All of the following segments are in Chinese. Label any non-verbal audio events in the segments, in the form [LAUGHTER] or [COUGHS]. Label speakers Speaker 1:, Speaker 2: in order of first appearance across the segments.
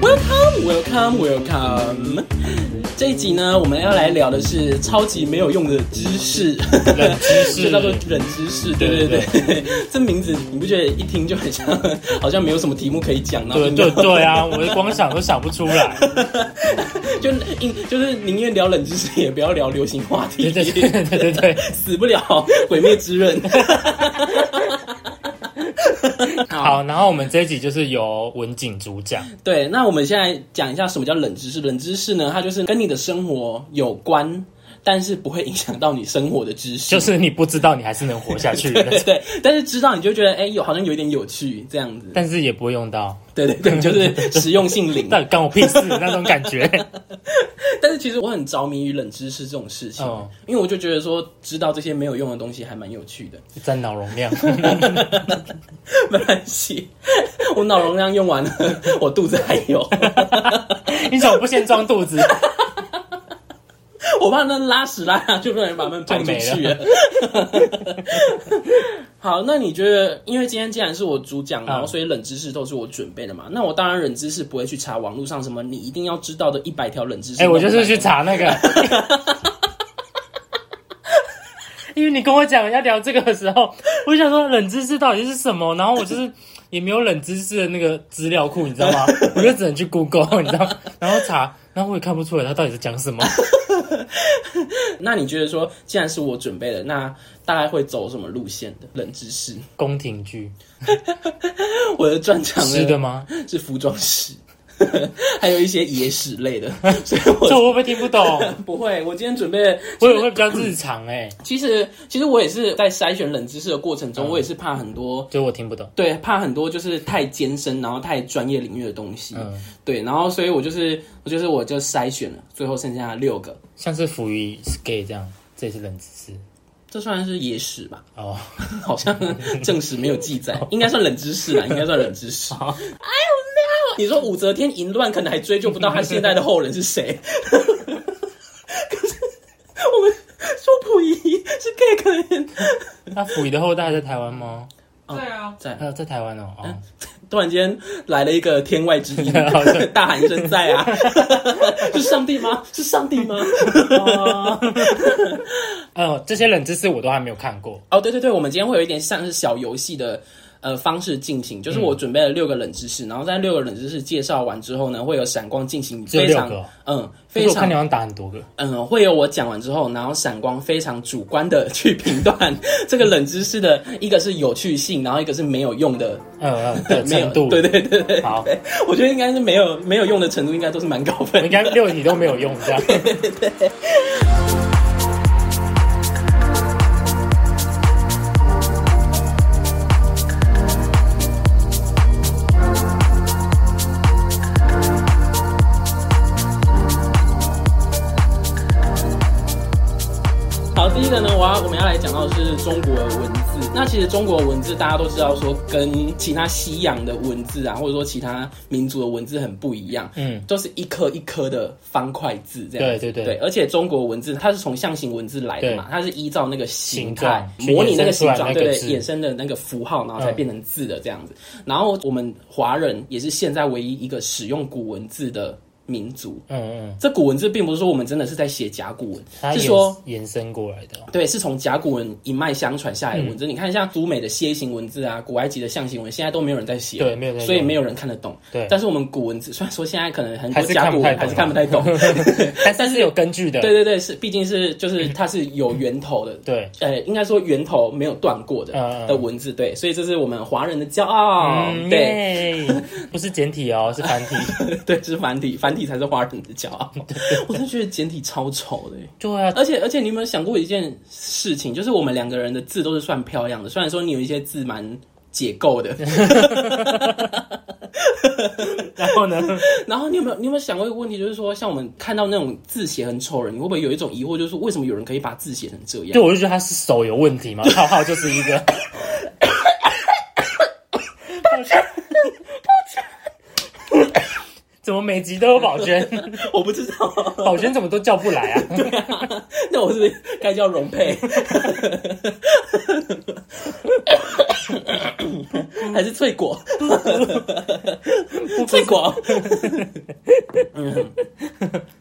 Speaker 1: Welcome, welcome。这一集呢，我们要来聊的是超级没有用的知识，
Speaker 2: 冷知识
Speaker 1: [LAUGHS] 就叫做冷知识。对
Speaker 2: 对
Speaker 1: 对对， [LAUGHS] 这名字你不觉得一听就很像，好像没有什么题目可以讲，然后
Speaker 2: 对对 [LAUGHS] 对啊！我光想都想不出 [LAUGHS] 来。
Speaker 1: [LAUGHS] 就硬就是宁愿聊冷知识，也不要聊流行话题。
Speaker 2: 对对对对对对，
Speaker 1: 死不了《鬼灭之刃》。 [LAUGHS]
Speaker 2: 好，然后我们这一集就是由文景主讲，
Speaker 1: 对，那我们现在讲一下什么叫冷知识。冷知识呢，它就是跟你的生活有关，但是不会影响到你生活的知识。
Speaker 2: 就是你不知道你还是能活下去 [LAUGHS]
Speaker 1: 对
Speaker 2: 的，
Speaker 1: [LAUGHS] 对，但是知道你就觉得哎、有好像有一点有趣这样子。
Speaker 2: 但是也不会用到，
Speaker 1: 对对对，就是实用性
Speaker 2: [LAUGHS]
Speaker 1: 零。
Speaker 2: 到底干我屁事那种感 [LAUGHS] 觉。
Speaker 1: 但是其实我很着迷于冷知识这种事情，
Speaker 2: 哦
Speaker 1: 因为我就觉得说知道这些没有用的东西还蛮有趣的。 [LAUGHS]
Speaker 2: 占脑容量，
Speaker 1: 没关系， [LAUGHS] 我脑容量用完了，我肚子还有， [LAUGHS]
Speaker 2: 你怎么不先装肚子？
Speaker 1: 我怕那拉屎拉下去不能把门排出去了。 [LAUGHS] 好，那你觉得，因为今天既然是我主讲，然后
Speaker 2: 嗯
Speaker 1: 所以冷知识都是我准备的嘛？那我当然冷知识不会去查网络上什么你一定要知道的一百条冷知识。
Speaker 2: 哎、我就是去查那个。 [LAUGHS] 因为你跟我讲要聊这个的时候，我想说冷知识到底是什么，然后我就是也没有冷知识的那个资料库，你知道 [LAUGHS] 吗？我就只能去 Google，你知道，然后查，然后我也看不出来他到底是讲什么。
Speaker 1: 那你觉得说，既然是我准备的，那大概会走什么路线的冷知识？ [LAUGHS]
Speaker 2: 宫廷剧
Speaker 1: 我的专长
Speaker 2: 吃的
Speaker 1: 呢
Speaker 2: 吗？
Speaker 1: 是服装史， [LAUGHS] 还有一些野史类的，所以
Speaker 2: 这
Speaker 1: 我
Speaker 2: 我会不会听不懂？
Speaker 1: 不会。我今天准备的，
Speaker 2: 我也会比较日常哎、
Speaker 1: 其实其实我也是在筛选冷知识的过程
Speaker 2: 嗯
Speaker 1: 中，我也是怕很多。
Speaker 2: 就我听不懂。
Speaker 1: 对，怕很多就是太艰深，然后太专业领域的东西。
Speaker 2: 嗯，
Speaker 1: 对，然后所以我就是我就是我就筛选了，最后剩下六个，
Speaker 2: 像是浮于 skate 这样，这也是冷知识
Speaker 1: 这算是野史吧？ [LAUGHS]
Speaker 2: [LAUGHS] 哦。
Speaker 1: 好像正史没有记
Speaker 2: [LAUGHS]
Speaker 1: 载，应该算冷知识啦，应该算冷知识。哎呦
Speaker 2: 好
Speaker 1: ，no！你说武则天淫乱，可能还追究不到她现在的后人是谁。 [LAUGHS] 可是我们说溥仪是 gay 可怜，
Speaker 2: 那溥仪的后代还在台湾吗？
Speaker 1: 哦
Speaker 3: 对啊，
Speaker 1: 在
Speaker 2: 还有在台湾哦。哦
Speaker 1: 突然间来了一个天外之音
Speaker 2: 好的，
Speaker 1: 大喊一声在啊！ [LAUGHS] 是上帝吗？是上帝吗？
Speaker 2: 呃，这些冷知识我都还没有看过。
Speaker 1: 哦，对对对，我们今天会有一点像是小游戏的呃方式进行，就是
Speaker 2: 嗯
Speaker 1: 我准备了六个冷知识，然后在六个冷知识介绍完之后呢，会有闪光进行
Speaker 2: 只有
Speaker 1: 非常
Speaker 2: 六个哦
Speaker 1: 嗯
Speaker 2: 可
Speaker 1: 非
Speaker 2: 是我看
Speaker 1: 常
Speaker 2: 你好像打很多个，
Speaker 1: 嗯会有我讲完之后，然后闪光非常主观的 [LAUGHS] 去评断这个冷知识的一个是有趣性，然后一个是没有用的
Speaker 2: 呃
Speaker 1: [LAUGHS]
Speaker 2: 呃的
Speaker 1: 没有
Speaker 2: 程度。
Speaker 1: 对对对对，
Speaker 2: 好，
Speaker 1: 我觉得应该是没有没有用的程度，应该都是蛮高
Speaker 2: 我
Speaker 1: 分的
Speaker 2: 应该六题都没有用，
Speaker 1: [LAUGHS]
Speaker 2: 这样。
Speaker 1: 好，第一个呢，我要我们要来讲到的是中国的文字。那其实中国的文字大家都知道，说跟其他西洋的文字啊，或者说其他民族的文字很不一样，
Speaker 2: 嗯，
Speaker 1: 都是一颗一颗的方块字这样子。
Speaker 2: 对对
Speaker 1: 对
Speaker 2: 对
Speaker 1: 而且中国文字它是从象形文字来的嘛，它是依照那个形态
Speaker 2: 形状
Speaker 1: 模拟那个形
Speaker 2: 去衍生出来
Speaker 1: 状，
Speaker 2: 那
Speaker 1: 对
Speaker 2: 个
Speaker 1: 对，
Speaker 2: 字
Speaker 1: 衍生的那个符号，然后才
Speaker 2: 嗯
Speaker 1: 变成字的这样子。然后我们华人也是现在唯一一个使用古文字的民族。
Speaker 2: 嗯嗯，
Speaker 1: 这古文字并不是说我们真的是在写甲骨文，
Speaker 2: 它
Speaker 1: 是说
Speaker 2: 延延伸过来的。
Speaker 1: 对，是从甲骨文一脉相传下来
Speaker 2: 嗯
Speaker 1: 的文字。你看，像苏美的楔形文字啊，古埃及的象形文，现在都没有人在写，
Speaker 2: 对没有人在
Speaker 1: 所以
Speaker 2: 用
Speaker 1: 没有人看得懂。
Speaker 2: 对
Speaker 1: 但是我们古文字，虽然说现在可能很多
Speaker 2: 还是
Speaker 1: 甲
Speaker 2: 看
Speaker 1: 骨
Speaker 2: 不
Speaker 1: 文
Speaker 2: 太
Speaker 1: 还是
Speaker 2: 懂
Speaker 1: 看
Speaker 2: 啊
Speaker 1: 不太懂，
Speaker 2: [LAUGHS]
Speaker 1: [LAUGHS]
Speaker 2: 但但是有根据的。
Speaker 1: 对对对，是，毕竟是就是它是有源头的，
Speaker 2: 对
Speaker 1: 呃，应该说源头没有断过的
Speaker 2: 嗯嗯
Speaker 1: 的文字，对，所以这是我们华人的骄傲，
Speaker 2: 嗯，
Speaker 1: 哦对
Speaker 2: 对，不是简体哦，是繁体。
Speaker 1: [LAUGHS] 对，是繁体，繁体才是华人的骄
Speaker 2: [LAUGHS]
Speaker 1: 傲。我真的觉得简体超丑的耶。
Speaker 2: 对啊，
Speaker 1: [LAUGHS] 而且而且，你有没有想过一件事情？就是我们两个人的字都是算漂亮的，虽然说你有一些字蛮解构的。
Speaker 2: 然后呢？
Speaker 1: 然后你有没有你有没有想过一个问题？就是说，像我们看到那种字写很丑的人，你会不会有一种疑惑？就是为什么有人可以把字写成这
Speaker 2: 对，
Speaker 1: 样？
Speaker 2: 我就觉得他是手有问题嘛，浩浩就是一个。抱歉，抱歉， [LAUGHS] 怎么每集都有宝
Speaker 1: [LAUGHS]
Speaker 2: 娟？
Speaker 1: [LAUGHS] 我不知道。 [LAUGHS]
Speaker 2: 宝娟怎么都叫不来啊？
Speaker 1: 那我是不是该叫容佩？ [LAUGHS] 还是翠果？ [LAUGHS] 翠果。 [LAUGHS] 嗯，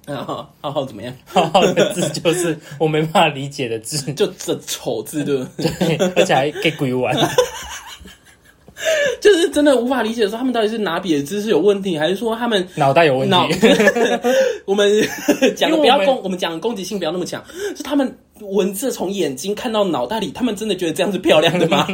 Speaker 1: 浩浩浩怎么样？
Speaker 2: 浩浩的字就是我没办法理解的字，
Speaker 1: 就这丑字，对不对？
Speaker 2: 对，而且还给鬼玩。
Speaker 1: 就是真的无法理解，说他们到底是哪里的知识有问题，还是说他们
Speaker 2: 脑袋有问
Speaker 1: 脑 [LAUGHS]
Speaker 2: 题，
Speaker 1: 我们讲
Speaker 2: 因
Speaker 1: 的
Speaker 2: 为我
Speaker 1: 不要
Speaker 2: 们
Speaker 1: 攻，我们讲的攻击性不要那么强，是他们文字从眼睛看到脑袋里，他们真的觉得这样是漂亮的
Speaker 2: [LAUGHS]
Speaker 1: 吗？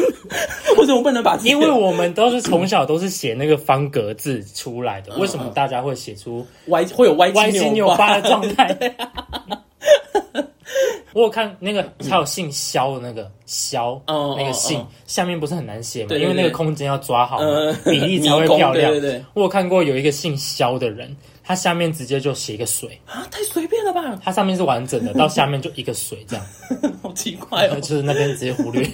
Speaker 1: [LAUGHS] 为什么不能把自己？
Speaker 2: 因为我们都是从小都是写那个方格字出来
Speaker 1: 嗯
Speaker 2: 的，为什么大家会写
Speaker 1: [LAUGHS]
Speaker 2: 出
Speaker 1: 歪会有歪
Speaker 2: 歪七
Speaker 1: 七
Speaker 2: 扭
Speaker 1: 扭
Speaker 2: 八的状态？
Speaker 1: 啊
Speaker 2: [LAUGHS] 我有看那个，还有姓肖的那个肖，
Speaker 1: 哦
Speaker 2: 那个姓
Speaker 1: 哦哦
Speaker 2: 下面不是很难写嘛，
Speaker 1: 对对
Speaker 2: 因为那个
Speaker 1: 对
Speaker 2: 空间要抓好嘛
Speaker 1: 呃，
Speaker 2: 比例才会
Speaker 1: 迷宫
Speaker 2: 漂亮
Speaker 1: 对对对。
Speaker 2: 我有看过有一个姓肖的人，他下面直接就写一个水，
Speaker 1: 啊？太随便了吧，
Speaker 2: 他上面是完整的，到下面就一个水这样，
Speaker 1: 好奇怪
Speaker 2: [LAUGHS]
Speaker 1: [LAUGHS] 哦！
Speaker 2: 就是那边直接忽略。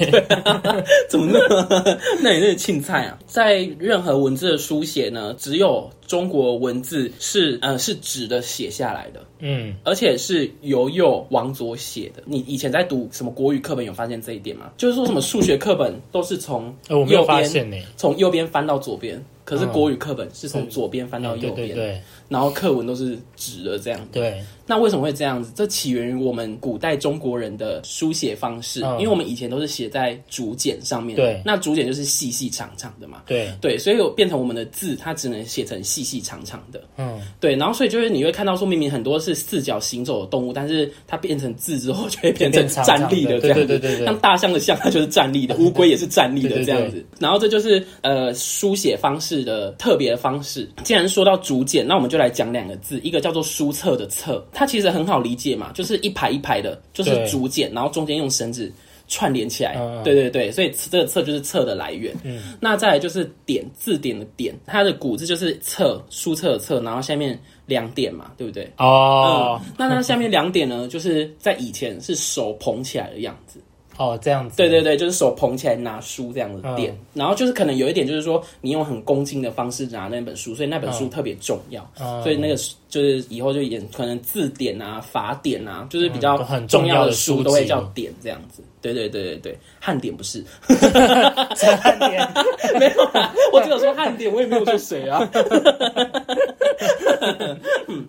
Speaker 1: 怎么那么？ [LAUGHS] 那你那是青菜啊？在任何文字的书写呢，只有中国文字是呃是纸的写下来的，
Speaker 2: 嗯，
Speaker 1: 而且是由右往左写的。你以前在读什么国语课本有发现这一点吗？就是说什么数学课本都是从
Speaker 2: 呃我没
Speaker 1: 右
Speaker 2: 有发
Speaker 1: 边
Speaker 2: 现呢。
Speaker 1: 从右边翻到左边，可是
Speaker 2: 嗯
Speaker 1: 国语课本是从左边翻到
Speaker 2: 对
Speaker 1: 右
Speaker 2: 哦对
Speaker 1: 边，
Speaker 2: 对
Speaker 1: 然后课文都是直的这样。
Speaker 2: 对，
Speaker 1: 那为什么会这样子？这起源于我们古代中国人的书写方式，
Speaker 2: 嗯
Speaker 1: 因为我们以前都是写在竹简上面，
Speaker 2: 对
Speaker 1: 那竹简就是细细长长的嘛，
Speaker 2: 对，
Speaker 1: 对，所以有变成我们的字，它只能写成细细长长的，
Speaker 2: 嗯，
Speaker 1: 对，然后所以就是你会看到说，明明很多是四脚行走的动物，但是它变成字之后就会变成
Speaker 2: 变长
Speaker 1: 站立的这样子，
Speaker 2: 对对对对对
Speaker 1: 像大象的象它就是站立的，乌龟也是站立的
Speaker 2: 对对对
Speaker 1: 这样子。然后这就是呃书写方式的特别的方式。既然说到竹简，那我们就来讲两个字，一个叫做书册的册，它其实很好理解嘛，就是一排一排的，就是
Speaker 2: 对
Speaker 1: 竹简，然后中间用绳子。串联起来
Speaker 2: 嗯嗯，
Speaker 1: 对对对，所以这个册就是册的来源。嗯，那再来就是典，字典的典，它的古字就是册，书册的册，然后下面两点嘛，对不对？
Speaker 2: 哦、
Speaker 1: 嗯，那它下面两点呢，就是在以前是手捧起来的样子。
Speaker 2: 哦，这样子，嗯
Speaker 1: 对对对，就是手捧起来拿书这样的点，然后就是可能有一点就是说，你用很恭敬的方式拿那本书，所以那本书特别重要，
Speaker 2: 嗯
Speaker 1: 所以那个就是以后就演可能字典啊、法典啊，就是比
Speaker 2: 嗯
Speaker 1: 较
Speaker 2: 都很重
Speaker 1: 重
Speaker 2: 要
Speaker 1: 要
Speaker 2: 的
Speaker 1: 的
Speaker 2: 书
Speaker 1: 书
Speaker 2: 籍
Speaker 1: 都会叫典这样子。对对对对对，汉典不是，
Speaker 2: 陈汉典，
Speaker 1: 没有啦， [LAUGHS] 我只有说汉典，我也没有说谁啊。 [LAUGHS] 嗯，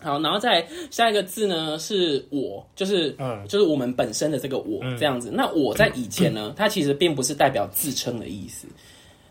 Speaker 1: 好，然后再来下一个字呢是我，就是
Speaker 2: 嗯
Speaker 1: 就是我们本身的这个我这样子。那我在以前呢，它其实并不是代表自称的意思。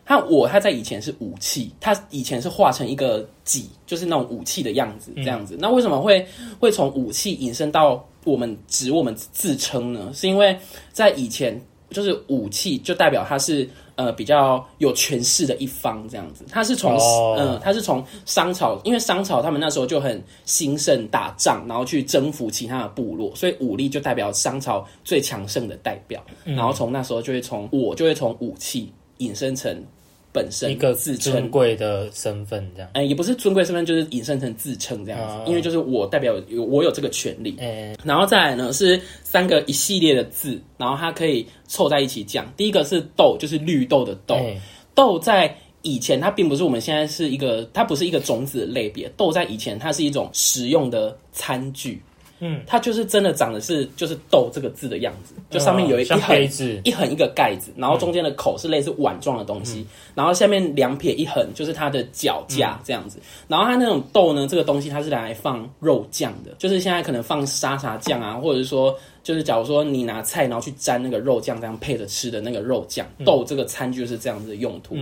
Speaker 1: 它我它在以前是武器，它以前是画成一个戟，就是那种武器的样子，这样子。那为什么会会从武器引申到我们指我们自称呢？是因为在以前就是武器就代表它是呃比较有权势的一方这样子，它是从
Speaker 2: 哦
Speaker 1: 嗯、它是从商朝，因为商朝他们那时候就很兴盛打仗，然后去征服其他的部落，所以武力就代表商朝最强盛的代表。然后从那时候就会从我就会从武器引申成本身
Speaker 2: 一个
Speaker 1: 自
Speaker 2: 尊
Speaker 1: 称。
Speaker 2: 贵的身份这样。
Speaker 1: 嗯，也不是尊贵身份，就是引申成自称这样子，
Speaker 2: 哦
Speaker 1: 因为就是我代表有我有这个权利，
Speaker 2: 诶、
Speaker 1: 然后再来呢是三个一系列的字，然后它可以凑在一起讲。第一个是豆，就是绿豆的豆。
Speaker 2: 诶
Speaker 1: 豆在以前它并不是我们现在是一个，它不是一个种子的类别。豆在以前它是一种食用的餐具。
Speaker 2: 嗯，
Speaker 1: 它就是真的长得是就是豆这个字的样子，就上面有一
Speaker 2: 嗯
Speaker 1: 一
Speaker 2: 像
Speaker 1: 横
Speaker 2: 黑字
Speaker 1: 一横一个盖子，然后中间的口是类似碗状的东西，然后下面两撇一横就是它的脚架这样子。然后它那种豆呢，这个东西它是拿来放肉酱的，就是现在可能放沙茶酱啊，或者是说。就是假如说你拿菜然后去沾那个肉酱，这样配着吃的那个肉酱，豆这个餐具就是这样子的用途。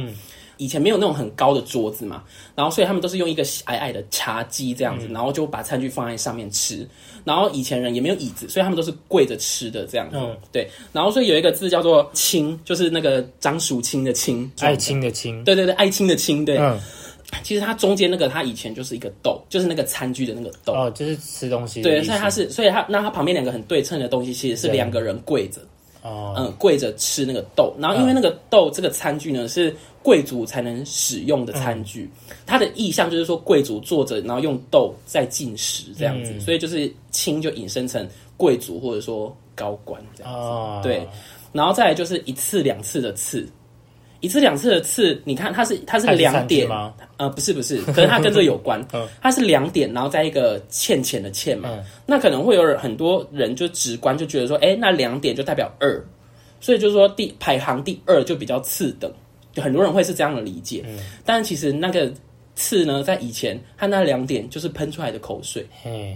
Speaker 1: 以前没有那种很高的桌子嘛，然后所以他们都是用一个矮矮的茶几这样子，然后就把餐具放在上面吃。然后以前人也没有椅子，所以他们都是跪着吃的这样子。
Speaker 2: 嗯
Speaker 1: 对，然后所以有一个字叫做“亲”，就是那个张淑清的“清”，
Speaker 2: 爱卿的卿，
Speaker 1: 对对对，爱卿的“卿”。对，
Speaker 2: 嗯，
Speaker 1: 其实它中间那个它以前就是一个豆，就是那个餐具的那个豆。
Speaker 2: 哦，就是吃东西的
Speaker 1: 对，
Speaker 2: 意思
Speaker 1: 所以它是，所以它那它旁边两个很对称的东西，其实是
Speaker 2: 对
Speaker 1: 两个人跪着。
Speaker 2: 哦，
Speaker 1: 嗯，跪着吃那个豆，然后因为那个豆这个餐具呢是贵族才能使用的餐具，
Speaker 2: 嗯
Speaker 1: 它的意象就是说贵族坐着，然后用豆在进食这样子，
Speaker 2: 嗯
Speaker 1: 所以就是亲就引申成贵族或者说高官这样。
Speaker 2: 哦，
Speaker 1: 对，然后再来就是一次两次的次，一一次两次的次，你看它是它是
Speaker 2: 泰式
Speaker 1: 两
Speaker 2: 餐
Speaker 1: 点
Speaker 2: 厅吗？
Speaker 1: 呃，不是不是，可是它跟这有关
Speaker 2: [LAUGHS] 嗯，
Speaker 1: 它是两点，然后在一个欠钱的欠嘛
Speaker 2: 嗯，
Speaker 1: 那可能会有很多人就直观就觉得说，哎，那两点就代表二，所以就是说第排行第二就比较次等，就很多人会是这样的理解，
Speaker 2: 嗯
Speaker 1: 但其实那个次呢，在以前它那两点就是喷出来的口水。
Speaker 2: 嘿，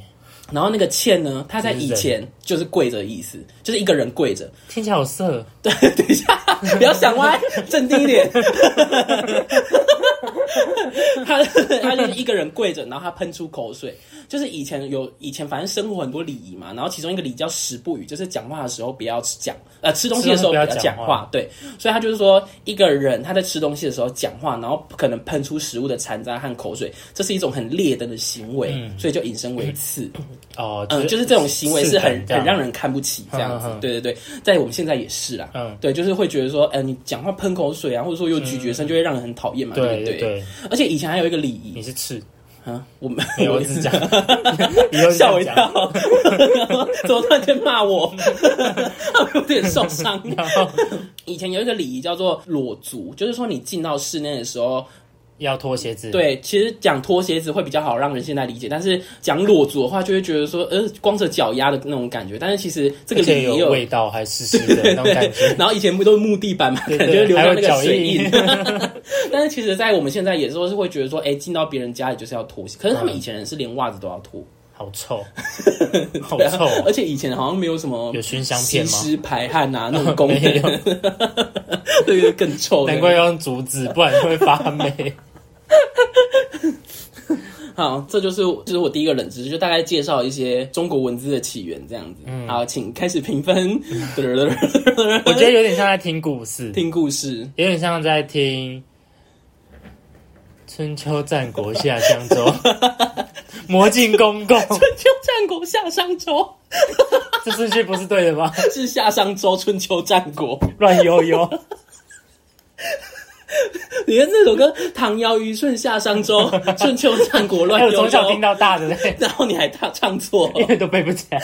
Speaker 1: 然后那个欠呢，他在以前就是跪着的意思，就是一个人跪着。
Speaker 2: 听起来好色，
Speaker 1: 对，等一下，不要想歪，镇定一点。 [LAUGHS] 他他就是一个人跪着，然后他喷出口水。就是以前有以前反正生活很多礼仪嘛，然后其中一个礼仪叫食不语，就是讲话的时候不要讲，呃，吃东西的时候
Speaker 2: 吃东西不要
Speaker 1: 讲
Speaker 2: 讲
Speaker 1: 话。对，所以他就是说一个人他在吃东西的时候讲话，然后可能喷出食物的残渣和口水，这是一种很劣等的行为，
Speaker 2: 嗯
Speaker 1: 所以就引申为次。
Speaker 2: 哦，
Speaker 1: 嗯，就是这种行为是很很让
Speaker 2: 人
Speaker 1: 人看不起这样子
Speaker 2: 嗯嗯，嗯
Speaker 1: 对对对，在我们现在也是啦，
Speaker 2: 嗯
Speaker 1: 对，就是会觉得说，呃，你讲话喷口水啊，或者说有咀嚼声，就会让人很讨厌嘛，
Speaker 2: 对
Speaker 1: 不
Speaker 2: 对
Speaker 1: 对？
Speaker 2: 对，
Speaker 1: 而且以前还有一个礼仪
Speaker 2: 你是赤，
Speaker 1: 啊， [LAUGHS] 我们
Speaker 2: 没有我只是
Speaker 1: [LAUGHS]
Speaker 2: 讲，以后
Speaker 1: 吓我
Speaker 2: 就
Speaker 1: 一
Speaker 2: 这样讲
Speaker 1: 跳，，怎么突然间骂我？有点受伤。
Speaker 2: [LAUGHS] 然后
Speaker 1: 以前有一个礼仪叫做裸足，就是说你进到室内的时候，
Speaker 2: 要脱鞋子，，
Speaker 1: 对，其实讲脱鞋子会比较好让人现在理解，但是讲裸足的话，就会觉得说，呃，光着脚丫的那种感觉。但是其实这个
Speaker 2: 而且
Speaker 1: 礼仪
Speaker 2: 有味道，还湿湿的那种感觉，
Speaker 1: 然后以前不都是木地板嘛，可
Speaker 2: 对
Speaker 1: 能
Speaker 2: 对
Speaker 1: 就会留
Speaker 2: 还
Speaker 1: 下
Speaker 2: 有
Speaker 1: 那个
Speaker 2: 脚
Speaker 1: 水
Speaker 2: 印
Speaker 1: 印。 [LAUGHS] 但是其实，在我们现在也说是会觉得说，哎，进到别人家里就是要脱鞋，可是他们以前人是连袜子都要脱，
Speaker 2: 好
Speaker 1: [LAUGHS]
Speaker 2: 臭，好
Speaker 1: 对啊
Speaker 2: 臭哦，
Speaker 1: 而且以前好像没有什么
Speaker 2: 有熏香
Speaker 1: 吸
Speaker 2: 片吗？哦
Speaker 1: 湿排汗啊那种功能，
Speaker 2: 没有，
Speaker 1: [LAUGHS] 对对，更臭的。
Speaker 2: 难怪要用竹子，不然会发
Speaker 1: [LAUGHS]
Speaker 2: 霉。
Speaker 1: 好，这就是这是我第一个冷知识，就大概介绍一些中国文字的起源这样子。
Speaker 2: 嗯
Speaker 1: 好，请开始评
Speaker 2: [LAUGHS]
Speaker 1: 分。 [LAUGHS]
Speaker 2: 我觉得有点像在听故事，
Speaker 1: 听故事，
Speaker 2: 有点像在听春秋战国下襄州
Speaker 1: [LAUGHS]
Speaker 2: 魔镜公公，
Speaker 1: 春秋战国夏商周
Speaker 2: 这顺序不是对的吗？
Speaker 1: [LAUGHS] 是夏商周，春秋战国。
Speaker 2: 乱悠悠，
Speaker 1: 你看这首歌《唐尧虞舜夏商周》，
Speaker 2: [LAUGHS]
Speaker 1: 春秋战国乱
Speaker 2: 哎，我
Speaker 1: 悠
Speaker 2: 从小听
Speaker 1: 悠，
Speaker 2: 到大的
Speaker 1: [LAUGHS]
Speaker 2: 嘞，
Speaker 1: 然后你还唱唱错， [LAUGHS]
Speaker 2: 因为都背不起来。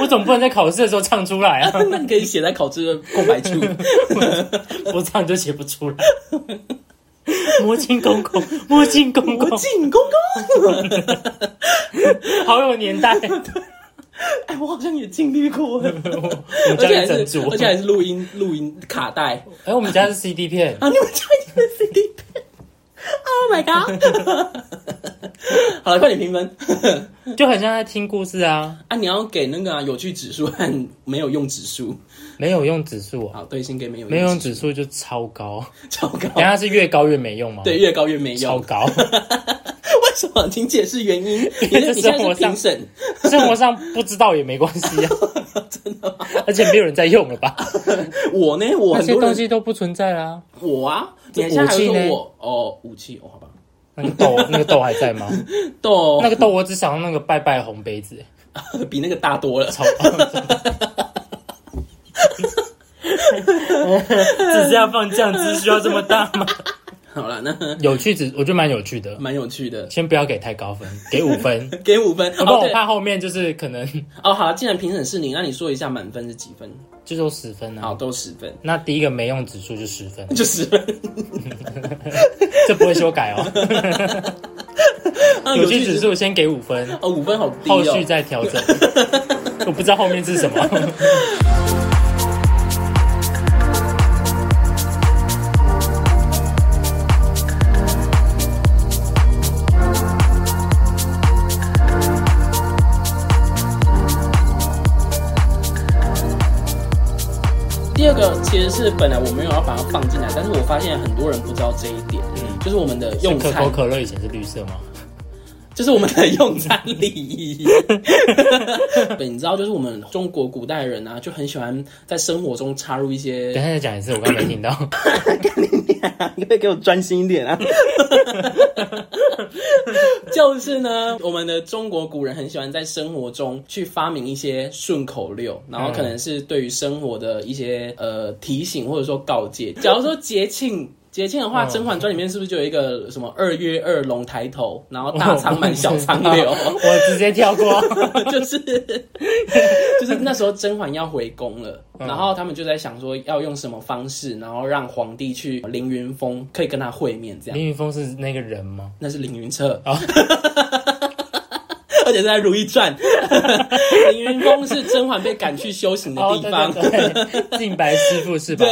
Speaker 2: 我总不能在考试的时候唱出来
Speaker 1: [LAUGHS]
Speaker 2: 啊，
Speaker 1: 那你可以写在考试的空白
Speaker 2: [LAUGHS]
Speaker 1: 处。
Speaker 2: 不唱就写不出来。魔镜公公，魔镜公
Speaker 1: 我
Speaker 2: 公，
Speaker 1: 进公公，
Speaker 2: 好有
Speaker 1: [LAUGHS]
Speaker 2: 年代。
Speaker 1: 哎，我好像也经历过，
Speaker 2: 我
Speaker 1: 而
Speaker 2: [LAUGHS]
Speaker 1: 且
Speaker 2: 家里
Speaker 1: 还
Speaker 2: 整
Speaker 1: 是
Speaker 2: 组，
Speaker 1: 而且还是录音录音卡带
Speaker 2: 哎，我们家是 CD [LAUGHS] 片，
Speaker 1: 啊！你们家里的 CD 片，Oh my god！好
Speaker 2: [LAUGHS]
Speaker 1: 了，快点评分
Speaker 2: 就很像在听故事啊，
Speaker 1: 啊！你要给那个、啊、有趣指数和没有用指数，
Speaker 2: 没有用指数啊，
Speaker 1: 好，对，先给没有
Speaker 2: 没有用
Speaker 1: 指
Speaker 2: 指数就超高。
Speaker 1: 数超高，
Speaker 2: 等一下是越高越没用吗？
Speaker 1: 对，，越高越没
Speaker 2: 超
Speaker 1: 用。
Speaker 2: 高。
Speaker 1: [LAUGHS]
Speaker 2: [LAUGHS]
Speaker 1: 为什么？请解释原因。你
Speaker 2: 这
Speaker 1: 你现在
Speaker 2: 生活
Speaker 1: 是
Speaker 2: 上
Speaker 1: 评审。
Speaker 2: 生活上不知道也没关系啊， [LAUGHS] 真的吗？而且没有人在用了 [LAUGHS] 吧？
Speaker 1: 我呢，我
Speaker 2: 那
Speaker 1: 很
Speaker 2: 些
Speaker 1: 多
Speaker 2: 东
Speaker 1: 人
Speaker 2: 西都不存在啦。
Speaker 1: 我啊，你
Speaker 2: 这
Speaker 1: 还现在还
Speaker 2: 武器
Speaker 1: 说
Speaker 2: 呢
Speaker 1: 我哦，武器哦，好吧，
Speaker 2: 那个豆， [LAUGHS] 那个豆还在吗？
Speaker 1: 豆
Speaker 2: 那个豆，我只想要那个拜拜红杯 [LAUGHS] 子，
Speaker 1: [LAUGHS] 比那个大多了。
Speaker 2: 超。只是要放酱汁，需要这么大吗？
Speaker 1: 好了，那 [LAUGHS]
Speaker 2: [LAUGHS] 有趣只，我觉得蛮有趣的。
Speaker 1: 蛮有趣的，
Speaker 2: 先不要给太高分，给五分。
Speaker 1: 给五分。
Speaker 2: 不然
Speaker 1: 哦
Speaker 2: 我
Speaker 1: 对
Speaker 2: 怕后面就是可能 [LAUGHS]
Speaker 1: 哦，好，既然评审是你，那你说一下满分是几分？
Speaker 2: 就都十分啊
Speaker 1: 好，。都十分，
Speaker 2: 那第一个没用指数就十分，
Speaker 1: 就十分。
Speaker 2: 这不会修改
Speaker 1: [LAUGHS]
Speaker 2: 哦。
Speaker 1: 啊，
Speaker 2: 有
Speaker 1: 有
Speaker 2: 趣
Speaker 1: 趣
Speaker 2: 指
Speaker 1: 指数
Speaker 2: 数先给五分，
Speaker 1: 哦，五分好低
Speaker 2: 后续
Speaker 1: 哦。
Speaker 2: 再调
Speaker 1: [LAUGHS]
Speaker 2: 整。我不知道后面是什么。
Speaker 1: 第二个其实是本来我没有要把它放进来，但是我发现很多人不知道这一点，就是我们的用
Speaker 2: 可
Speaker 1: 餐
Speaker 2: 口，可乐以前嗯是绿色吗？
Speaker 1: 就是我们的用餐礼仪。 [LAUGHS] 对，你知道，就是我们中国古代人啊，就很喜欢在生活中插入一些
Speaker 2: 等一下再讲一次，我刚没
Speaker 1: [LAUGHS]
Speaker 2: 听到。
Speaker 1: 你可以给我专心一点啊！ [LAUGHS] 就是呢，我们的中国古人很喜欢在生活中去发明一些顺口溜，然后可能是对于生活的一些呃提醒或者说告诫。假如说节庆 [LAUGHS] 节庆的话，
Speaker 2: 嗯
Speaker 1: 甄嬛传》里面是不是就有一个什么二月二龙抬头，然后大仓满小仓流？
Speaker 2: 我直接跳过。
Speaker 1: [LAUGHS] 就是 [LAUGHS] 就是那时候甄嬛要回宫了，然后他们就在想说要用什么方式，然后让皇帝去凌云峰可以跟他会面，这样
Speaker 2: 林云峰是那个
Speaker 1: [LAUGHS]
Speaker 2: 人吗？
Speaker 1: 那是凌云彻
Speaker 2: 哦
Speaker 1: 而且是在《如懿传》， [LAUGHS] 凌云峰是甄嬛被赶去修行的
Speaker 2: 哦，
Speaker 1: 地
Speaker 2: 对
Speaker 1: 方。
Speaker 2: 对
Speaker 1: [LAUGHS]
Speaker 2: 对，净白师傅是吧？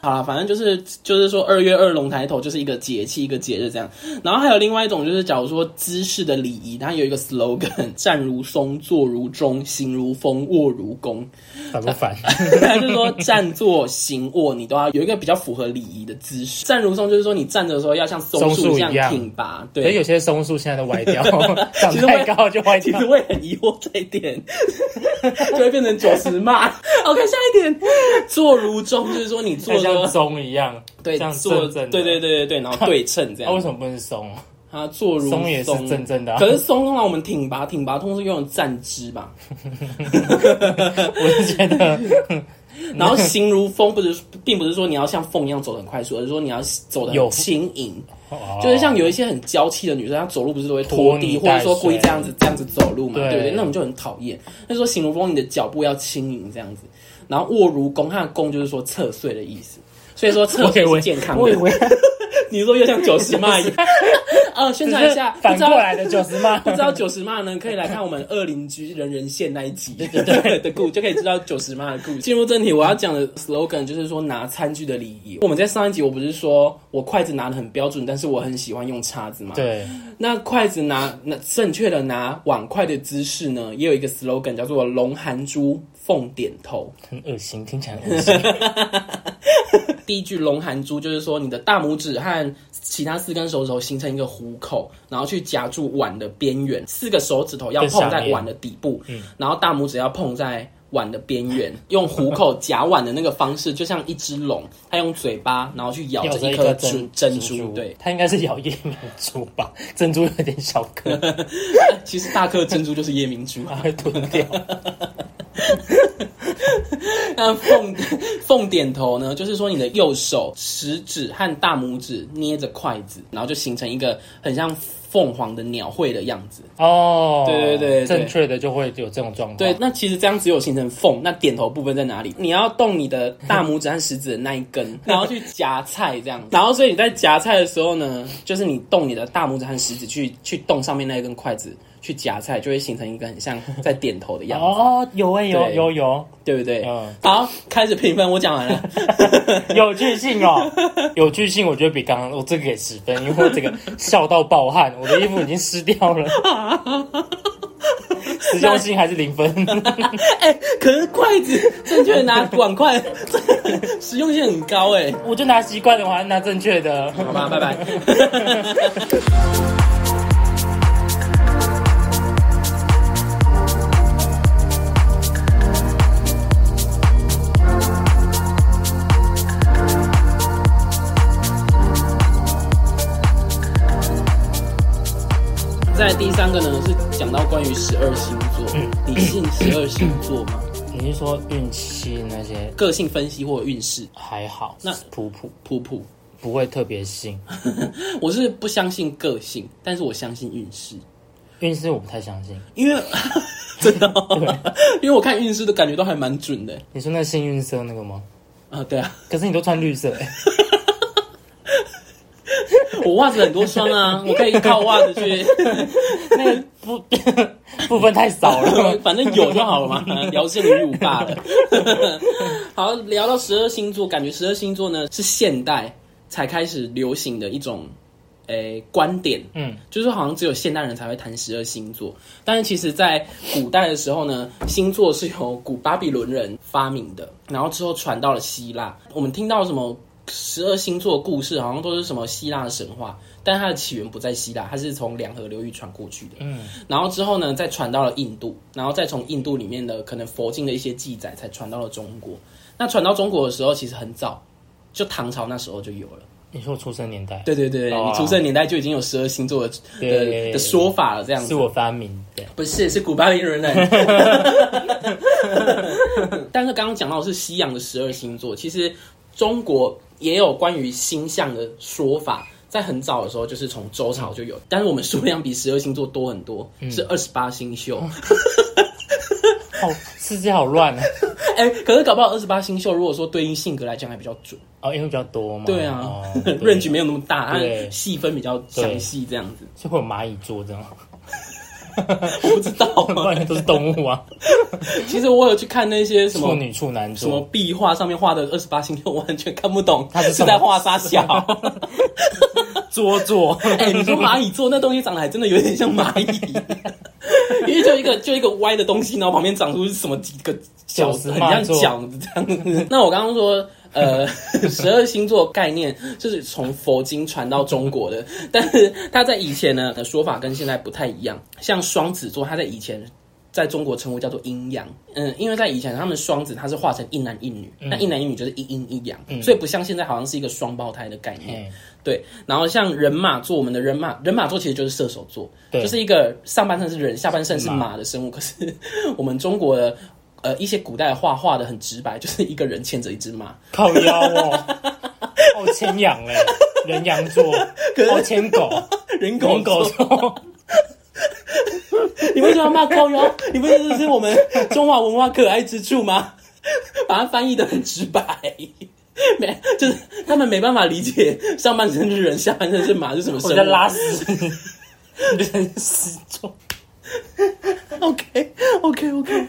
Speaker 1: 好啦，反正就是就是说，二月二龙抬头就是一个节气，一个节日这样。然后还有另外一种，就是假如说姿势的礼仪，它有一个 slogan：站如松，坐如钟，行如风，卧如弓。 [LAUGHS]
Speaker 2: 反不反？
Speaker 1: 他就说站坐行卧，你都要有一个比较符合礼仪的姿势。站如松就是说你站着的时候要像松
Speaker 2: 松树
Speaker 1: 这样
Speaker 2: 一样
Speaker 1: 挺拔，
Speaker 2: 可是
Speaker 1: 对。
Speaker 2: 有些松树现在都
Speaker 1: [LAUGHS]
Speaker 2: 歪掉，长
Speaker 1: 其实
Speaker 2: 太
Speaker 1: 会
Speaker 2: 高就
Speaker 1: [LAUGHS]
Speaker 2: 歪
Speaker 1: 其
Speaker 2: 掉
Speaker 1: 实。我也很疑惑这一点， [LAUGHS] 就会变成九十码。OK，下一点，坐如钟就是说你坐
Speaker 2: 就哎像
Speaker 1: 的
Speaker 2: 钟一样，
Speaker 1: 对
Speaker 2: 这样
Speaker 1: 坐
Speaker 2: 正正的
Speaker 1: 对对对对对，然后对称这
Speaker 2: [LAUGHS] 那、啊、为
Speaker 1: 样。
Speaker 2: 什么不能松？
Speaker 1: 他坐如
Speaker 2: 松也是正正的、啊，
Speaker 1: 可是松通常我们挺拔，挺拔通常是用站姿吧。
Speaker 2: 我是觉得
Speaker 1: 然后行如风，不是并不是说你要像风一样走得很快速，而是说你要走得
Speaker 2: 有
Speaker 1: 很轻盈。
Speaker 2: 哦
Speaker 1: 就是像有一些很娇气的女生，她走路不是都会拖地，
Speaker 2: 拖泥
Speaker 1: 或者
Speaker 2: 带水
Speaker 1: 说故意这样子这样子走路嘛，
Speaker 2: 对
Speaker 1: 对不对？那种就很讨厌。那说形容风，你的脚步要轻盈这样子，然后卧如弓，它的弓就是说侧睡的意思。所以说侧
Speaker 2: 我以
Speaker 1: 睡
Speaker 2: 为
Speaker 1: 是健康
Speaker 2: 我以
Speaker 1: 的。
Speaker 2: 为
Speaker 1: [LAUGHS] 你说又像九十骂一样，呃，宣
Speaker 2: 只
Speaker 1: 传一
Speaker 2: 是
Speaker 1: 下，
Speaker 2: [LAUGHS] 反
Speaker 1: 不知道
Speaker 2: 过来的九十嘛
Speaker 1: [LAUGHS] 不。知道九十骂呢，可以来看我们二邻居人人线那一集的故，就可以知道九十骂的故事。进入正题，我要讲的 slogan 就是说拿餐具的礼仪。我们在上一集我不是说我筷子拿的很标准，但是我很喜欢用叉子嘛。
Speaker 2: 对，
Speaker 1: 那筷子拿那正确的拿碗筷的姿势呢，也有一个 slogan 叫做“龙含珠，凤点头
Speaker 2: 很恶心，听起来很
Speaker 1: [LAUGHS]
Speaker 2: 恶心。”。
Speaker 1: 第一句“龙含珠”就是说你的大拇指和其他四根手指头形成一个虎口，然后去夹住碗的边缘，四个手指头要碰在碗的底部，
Speaker 2: 嗯
Speaker 1: 然后大拇指要碰在。碗的边缘，用虎口夹碗的那个方式，就像一只龙，它用嘴巴，然后去咬
Speaker 2: 咬
Speaker 1: 着
Speaker 2: 着
Speaker 1: 一
Speaker 2: 一
Speaker 1: 颗
Speaker 2: 颗
Speaker 1: 珠
Speaker 2: 珍
Speaker 1: 珍珠。对，，
Speaker 2: 它应该是咬夜明珠吧？ [LAUGHS] 珍珠有点小颗，
Speaker 1: [LAUGHS] 其实大颗珍珠就是夜明珠。 [LAUGHS]
Speaker 2: 它会吞掉。
Speaker 1: 那凤凤点头呢，就是说你的右手食指和大拇指捏着筷子，然后就形成一个很像凤凰的鸟会的样子。
Speaker 2: 哦，
Speaker 1: 对对对对
Speaker 2: 正确的就会有这种状况。
Speaker 1: 对，，那其实这样只有形成凤，那点头部分在哪里？你要动你的大拇指和食指的那一根， [LAUGHS] 然后去夹菜这样。然后所以你在夹菜的时候呢，就是你动你的大拇指和食指去去动上面那一根筷子去夹菜，就会形成一个很像在点头的样子，
Speaker 2: 哦，有哎、有
Speaker 1: 对
Speaker 2: 有有
Speaker 1: 对不对？
Speaker 2: 嗯
Speaker 1: 好，开始评分，我讲完 [LAUGHS] 了。
Speaker 2: 有趣性
Speaker 1: [LAUGHS]
Speaker 2: 哦，有趣性，我觉得比刚刚我这个给十分，因为我这个笑到爆汗，我的衣服已经湿
Speaker 1: [LAUGHS]
Speaker 2: 掉了。实用性还是零分，
Speaker 1: 哎、可是筷子正确地拿碗筷， [LAUGHS] 实用性很高哎、
Speaker 2: [LAUGHS] 我就拿习惯的，我还拿正确的。
Speaker 1: 好吧，拜拜。在第三个呢，是讲到关于十二星座，
Speaker 2: 嗯
Speaker 1: 你信十二星座
Speaker 2: [COUGHS]
Speaker 1: 吗？
Speaker 2: 你是说运气那些
Speaker 1: 个性分析或运势，
Speaker 2: 还好，
Speaker 1: 那
Speaker 2: 普普
Speaker 1: 普普。
Speaker 2: 不会特别信，
Speaker 1: 我是不相信个性，但是我相信运势，
Speaker 2: 运势我不太相信。
Speaker 1: 因为 [LAUGHS] 真的哦、因为我看运势的感觉都还蛮准的
Speaker 2: 你说那幸运色那个吗？
Speaker 1: 啊。对啊，
Speaker 2: 可是你都穿绿色、欸，
Speaker 1: 我袜子很多双 [LAUGHS] 啊，我可以靠袜子去，
Speaker 2: 那个部 [LAUGHS] 部分太少了。
Speaker 1: [LAUGHS] 反正有就好了
Speaker 2: [LAUGHS]
Speaker 1: 嘛，聊胜于无罢了。 [LAUGHS] 好，聊到十二星座，感觉十二星座呢是现代才开始流行的一种诶、观点，
Speaker 2: 嗯，
Speaker 1: 就是说好像只有现代人才会谈十二星座，但是其实在古代的时候呢，星座是由古巴比伦人发明的，然后之后传到了希腊。我们听到什么十二星座的故事，好像都是什么希腊的神话，但它的起源不在希腊，它是从两河流域传过去的。嗯，然后之后呢，再传到了印度，然后再从印度里面的可能佛经的一些记载，才传到了中国。那传到中国的时候，其实很早，就唐朝那时候就有了。
Speaker 2: 你说我出生年代，
Speaker 1: 对对对，
Speaker 2: 哦啊
Speaker 1: 你出生年代就已经有十二星座的的
Speaker 2: 对
Speaker 1: 的说法了，这样子
Speaker 2: 是我发明的。
Speaker 1: 不是，是古巴林 [LAUGHS] 人类。但是刚刚讲到的是西洋的十二星座，其实中国也有关于星象的说法，在很早的时候就是从周朝就有，但是我们数量比十二星座多很多，是二十八星宿。
Speaker 2: 好，哦世界好乱啊！
Speaker 1: 哎、可是搞不好二十八星宿，如果说对应性格来讲还比较准，
Speaker 2: 哦，因为比较多嘛。
Speaker 1: 对啊 [LAUGHS]
Speaker 2: 哦
Speaker 1: r a n g 没有那么大，它
Speaker 2: 对
Speaker 1: 细分比较详细，这样子。
Speaker 2: [LAUGHS] 就会有蚂蚁座这样，
Speaker 1: 我不知道
Speaker 2: 不
Speaker 1: 啊，
Speaker 2: 然都是动物啊。
Speaker 1: 其实我有去看那些 [LAUGHS] 什么
Speaker 2: 处女、处男
Speaker 1: 什么
Speaker 2: 座，
Speaker 1: 壁画上面画的二十八星宿，我完全看不懂，
Speaker 2: 它是
Speaker 1: 是
Speaker 2: 什么
Speaker 1: 在画啥
Speaker 2: [LAUGHS]
Speaker 1: 小？
Speaker 2: 桌 [LAUGHS] 座，
Speaker 1: 哎、你说蚂蚁座那东西长得还真的有点像蚂蚁，因为就一个就一个歪的东西，然后旁边长出什么几个角，
Speaker 2: 九十
Speaker 1: 很
Speaker 2: 蚂
Speaker 1: 像
Speaker 2: 座
Speaker 1: 角子这样子。那我刚刚说。呃，十二星座概念就是从佛经传到中国的，但是它在以前呢的说法跟现在不太一样。像双子座，它在以前在中国称呼叫做阴阳。嗯，因为在以前他们双子它是化成一男一女，那一男一女就是一阴一阳，所以不像现在好像是一个双胞胎的概念。
Speaker 2: 嗯
Speaker 1: 对，然后像人马座，我们的人马人马座其实就是射手座，
Speaker 2: 对
Speaker 1: 就是一个上半身是人，下半身是马的生物。可是我们中国的呃一些古代的画画的很直白，就是一个人牵着一只马，
Speaker 2: 靠腰哦，好牵羊哎，人羊座，好牵狗，
Speaker 1: 人狗
Speaker 2: 人狗
Speaker 1: [LAUGHS] 座
Speaker 2: 座，
Speaker 1: 你为什么要骂高腰？你不觉得这是我们中华文化可爱之处吗？把它翻译的很直白，没就是他们没办法理解上半身是人，下半身是马是什么生
Speaker 2: 我
Speaker 1: 物。
Speaker 2: 在拉屎， [LAUGHS] 人屎座，
Speaker 1: OK OK OK。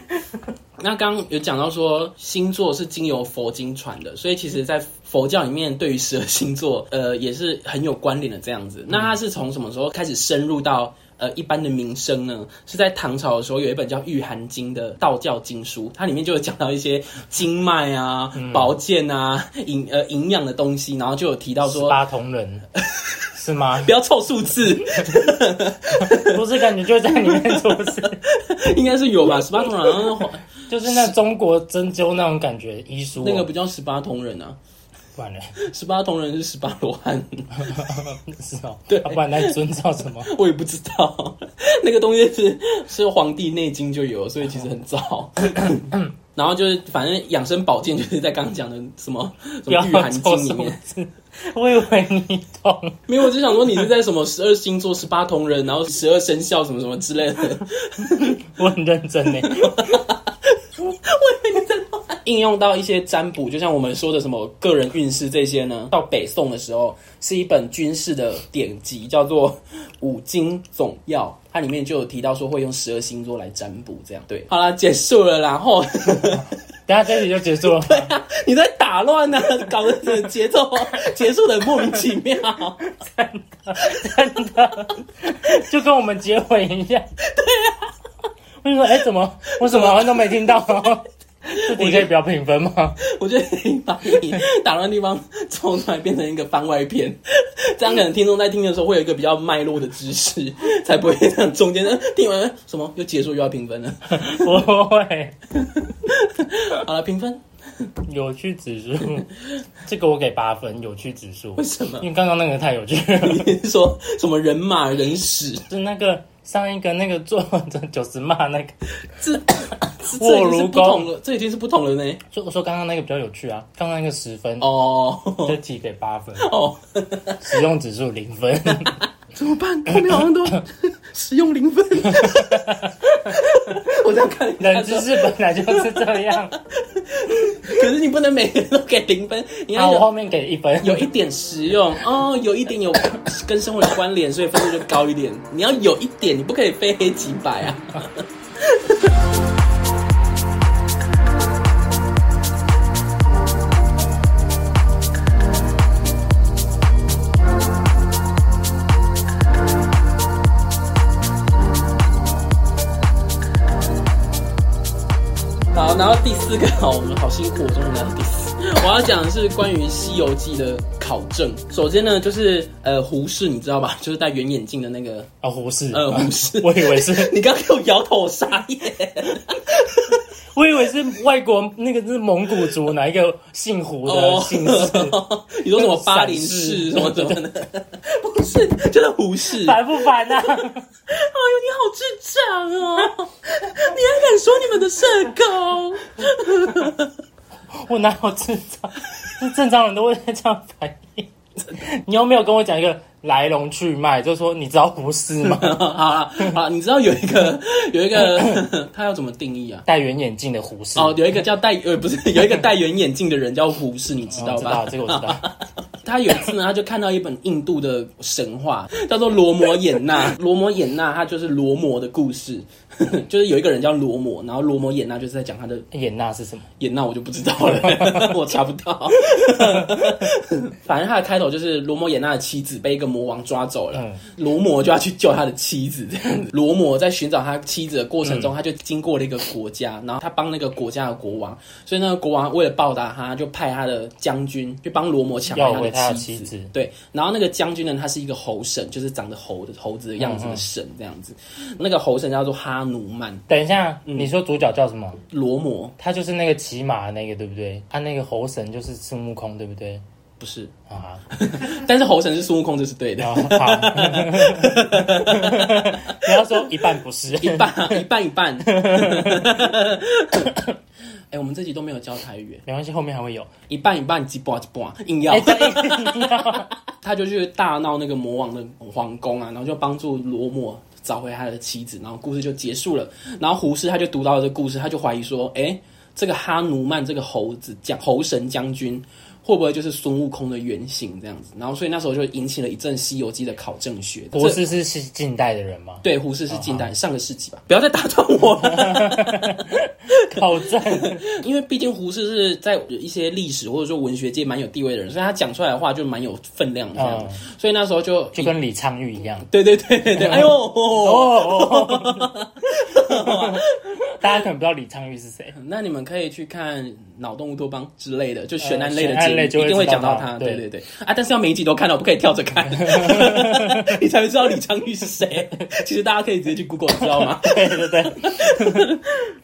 Speaker 1: 那 [LAUGHS] 刚刚有讲到说星座是经由佛经传的，所以其实，在佛教里面对于十二星座，呃，也是很有关联的这样
Speaker 2: 嗯
Speaker 1: 子。那它是从什么时候开始深入到呃一般的民生呢？是在唐朝的时候，有一本叫《玉含经》的道教经书，它里面就有讲到一些经脉啊、
Speaker 2: 嗯
Speaker 1: 保健啊、营呃营养的东西，然后就有提到
Speaker 2: 十
Speaker 1: 说。
Speaker 2: 八铜人 [LAUGHS] 是吗？
Speaker 1: 不要凑数
Speaker 2: [LAUGHS]
Speaker 1: 字，
Speaker 2: 不是感觉就在里面做事，
Speaker 1: 应该是有吧？十八铜人，
Speaker 2: [LAUGHS]
Speaker 1: 然后
Speaker 2: 就是那中国针灸那种感觉，医书哦
Speaker 1: 那个不叫十八铜人啊，
Speaker 2: 不然呢？
Speaker 1: 十八铜人是十八罗汉。 [LAUGHS]
Speaker 2: 是哦，
Speaker 1: 对
Speaker 2: 啊不然那遵照什么？
Speaker 1: 我也不知道， [LAUGHS] 那个东西是是《黄帝内经》就有，所以其实很
Speaker 2: [LAUGHS]
Speaker 1: 早。然后就是，反正养生保健就是在刚刚讲的什么什
Speaker 2: 不要
Speaker 1: 么《御寒经
Speaker 2: 做》
Speaker 1: 里
Speaker 2: 什么
Speaker 1: 面，
Speaker 2: 事？我以为你懂，
Speaker 1: 没有，我就想说你是在什么十二星座、十八铜人，然后十二生肖什么什么之类的，
Speaker 2: 我很认真呢。
Speaker 1: 应用到一些占卜，就像我们说的什么个人运势这些呢。到北宋的时候，是一本军事的典籍，叫做《五经总要》，它里面就有提到说会用十二星座来占卜，这样对。好啦，结束了，然后。
Speaker 2: 等一下这集就结束了吗，
Speaker 1: 你在打乱呢、搞得这个节奏结束的莫名其妙。
Speaker 2: 就跟我们结尾一
Speaker 1: [LAUGHS]
Speaker 2: 样。对啊，我就说，哎，怎么我什么好像都没
Speaker 1: [LAUGHS]
Speaker 2: 听到？这题可以不要评分吗？ [LAUGHS]
Speaker 1: 我觉得你把你打乱的地方抽出来，变成一个番外篇，这样可能听众在听的时候会有一个比较脉络的知识，才不会这样中间呃听完呃什么又结束又要评分了。
Speaker 2: 不会，
Speaker 1: 好了，评分
Speaker 2: 有趣指数， [LAUGHS] 这个我给八分，有趣指数
Speaker 1: 为。什么
Speaker 2: 因？为刚刚那个太有趣 [LAUGHS] 了，
Speaker 1: 你是说什么人马人屎？
Speaker 2: 是那个上一个那个作者 [LAUGHS] 九十骂那个，
Speaker 1: 这这这已
Speaker 2: 卧
Speaker 1: 经是
Speaker 2: 如
Speaker 1: 不同了，这已经是不同了呢。
Speaker 2: 就我说刚刚那个比较有趣啊，刚刚那个十分，
Speaker 1: 哦
Speaker 2: 这题给八分，
Speaker 1: 哦，
Speaker 2: 使用指数零分。 [LAUGHS]
Speaker 1: 怎么办？后面好像都使用零分。 [LAUGHS] 我这样看，
Speaker 2: 冷知识本来就是这样。
Speaker 1: 可是你不能每个人都给零分，你
Speaker 2: 好，
Speaker 1: 要
Speaker 2: 啊
Speaker 1: [LAUGHS]
Speaker 2: 我
Speaker 1: 有
Speaker 2: 后面给一分。
Speaker 1: 有一点实用哦，有一点有跟生活有关联，所以分数就高一点。你要有一点，你不可以非黑即白啊。好，然后第四个，好，我们好辛苦，我终于来到第四。我要讲的是关于《西游记》的考证。首先呢，就是呃，胡适，你知道吧？ [LAUGHS] 就是戴圆眼镜的那个。
Speaker 2: 啊，胡适， [LAUGHS]
Speaker 1: 呃胡适
Speaker 2: 我以为是，
Speaker 1: 你刚刚给我摇头，我傻眼。
Speaker 2: 我我以为是外国那个是蒙古族哪一个姓胡
Speaker 1: 哦
Speaker 2: 的姓氏，
Speaker 1: [LAUGHS] 你说什么巴林市什么什么的， [LAUGHS] 不是，就是胡适。哎
Speaker 2: 烦不烦呐、啊？
Speaker 1: 呦，你好智障哦！你还敢说你们的社工？
Speaker 2: 我哪有智障？ [LAUGHS] 是正常人都会这样反应。你又没有跟我讲一个来龙去脉，就说你知道胡适
Speaker 1: [LAUGHS]
Speaker 2: 吗？
Speaker 1: 好了好了，你知道有一个有一个， [COUGHS] 他要怎么定义啊？
Speaker 2: 戴圆眼镜的胡适，
Speaker 1: 哦，有一个叫戴呃不是 [LAUGHS] 有一个戴圆眼镜的人叫胡适，你知道
Speaker 2: 哦知
Speaker 1: 吧
Speaker 2: 道？这个我
Speaker 1: [LAUGHS]
Speaker 2: 知道。
Speaker 1: 他有一次呢，他就看到一本印度的神话，叫做《罗摩衍那》。罗摩衍那，它就是罗摩的故事， [LAUGHS] 就是有一个人叫罗摩，然后罗摩衍那就是在讲他的
Speaker 2: 眼那是什么？
Speaker 1: 演那我就不知道了， [LAUGHS] 我查不到。反正他的开头就是罗摩衍那的妻子被一个魔王抓走了
Speaker 2: 嗯，
Speaker 1: 罗、摩就要去救他的妻子。这样子，罗摩在寻找他妻子的过程
Speaker 2: 嗯
Speaker 1: 中，他就经过了一个国家，然后他帮那个国家的国王，所以那个国王为了报答他，就派他的将军去帮罗摩抢
Speaker 2: 要
Speaker 1: 回他
Speaker 2: 回他
Speaker 1: 的
Speaker 2: 的
Speaker 1: 妻
Speaker 2: 妻
Speaker 1: 子。
Speaker 2: 子
Speaker 1: 对，然后那个将军呢，他是一个猴神，就是长得猴的猴子的样子
Speaker 2: 嗯
Speaker 1: 的神这样子。那个猴神叫做哈努曼，
Speaker 2: 等一下，
Speaker 1: 嗯
Speaker 2: 你说主角叫什么？
Speaker 1: 罗摩
Speaker 2: 他就是那个骑马的那个，对不对？他那个猴神就是孙悟空，对不对？
Speaker 1: 不是，
Speaker 2: 啊，
Speaker 1: 但是猴神是孙悟空，这是对的。
Speaker 2: 然
Speaker 1: [LAUGHS]
Speaker 2: 后好， [LAUGHS] 你要说一半不是，
Speaker 1: 一半、啊，一半一半。 [LAUGHS] 哎、我们这集都没有教台语，
Speaker 2: [LAUGHS] 没关系，后面还会有。
Speaker 1: 一半一半，几半几半，硬要
Speaker 2: 哎，。对
Speaker 1: [LAUGHS] 他就去大闹那个魔王的皇宫啊，然后就帮助罗摩找回他的妻子，然后故事就结束了。然后胡适他就读到了这个故事，他就怀疑说，哎、这个哈努曼这个猴子将猴神将军。会不会就是孙悟空的原型这样子？然后所以那时候就引起了一阵《西游记》的考证学。
Speaker 2: 博
Speaker 1: 这
Speaker 2: 士是是近代的
Speaker 1: [LAUGHS]
Speaker 2: 人吗？
Speaker 1: 对胡适是近代上个世纪吧？不要再打断我了。
Speaker 2: [LAUGHS] 考证，
Speaker 1: 因为毕竟胡适是在一些历史或者说文学界蛮有地位的人，所以他讲出来的话就蛮有分量的这样子、所以那时候就
Speaker 2: 啊就跟李昌钰一样。
Speaker 1: 对对对
Speaker 2: [LAUGHS]
Speaker 1: 对对，哎呦，哦
Speaker 2: 哦哦， [LAUGHS] 大家可能不知道李昌钰是谁。
Speaker 1: 那你们可以去看《脑洞乌托邦》之类的，就悬案类的
Speaker 2: 呃悬案类
Speaker 1: 节目，一
Speaker 2: 就会
Speaker 1: 定会讲到
Speaker 2: 知道
Speaker 1: 他。
Speaker 2: 他
Speaker 1: 对
Speaker 2: 对
Speaker 1: 对对，啊，但是要每一集都看到，不可以跳着看， [LAUGHS] 你才会知道李昌钰是谁。
Speaker 2: [LAUGHS]
Speaker 1: 其实大家可以直接去 Google，知道吗？
Speaker 2: 对对对，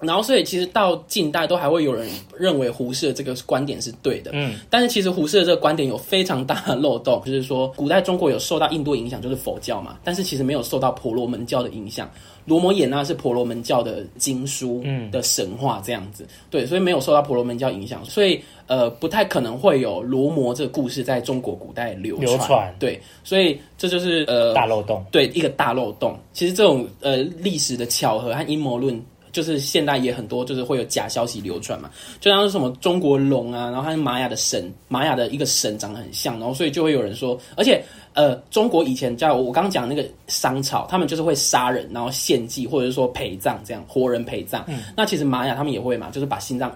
Speaker 1: 然后，所以其实到近代都还会有人认为胡适的这个观点是对的，嗯，但是其实胡适的这个观点有非常大的漏洞，就是说古代中国有受到印度影响，就是佛教嘛，但是其实没有受到婆罗门教的影响。罗摩衍那是婆罗门教的经书，嗯，的神话这样子，对，所以没有受到婆罗门教影响，所以呃，不太可能会有罗摩这个故事在中国古代流
Speaker 2: 流传
Speaker 1: 对，所以这就是呃
Speaker 2: 大漏洞。
Speaker 1: 对，一个大漏洞。其实这种呃历史的巧合和阴谋论，就是现代也很多，就是会有假消息流传嘛。就像是什么中国龙啊，然后和玛雅的神，玛雅的一个神长得很像，然后所以就会有人说，而且呃，中国以前叫我刚刚讲那个商朝，他们就是会杀人，然后献祭或者是说陪葬这样，活人陪葬。
Speaker 2: 嗯
Speaker 1: 那其实玛雅他们也会嘛，就是把心脏。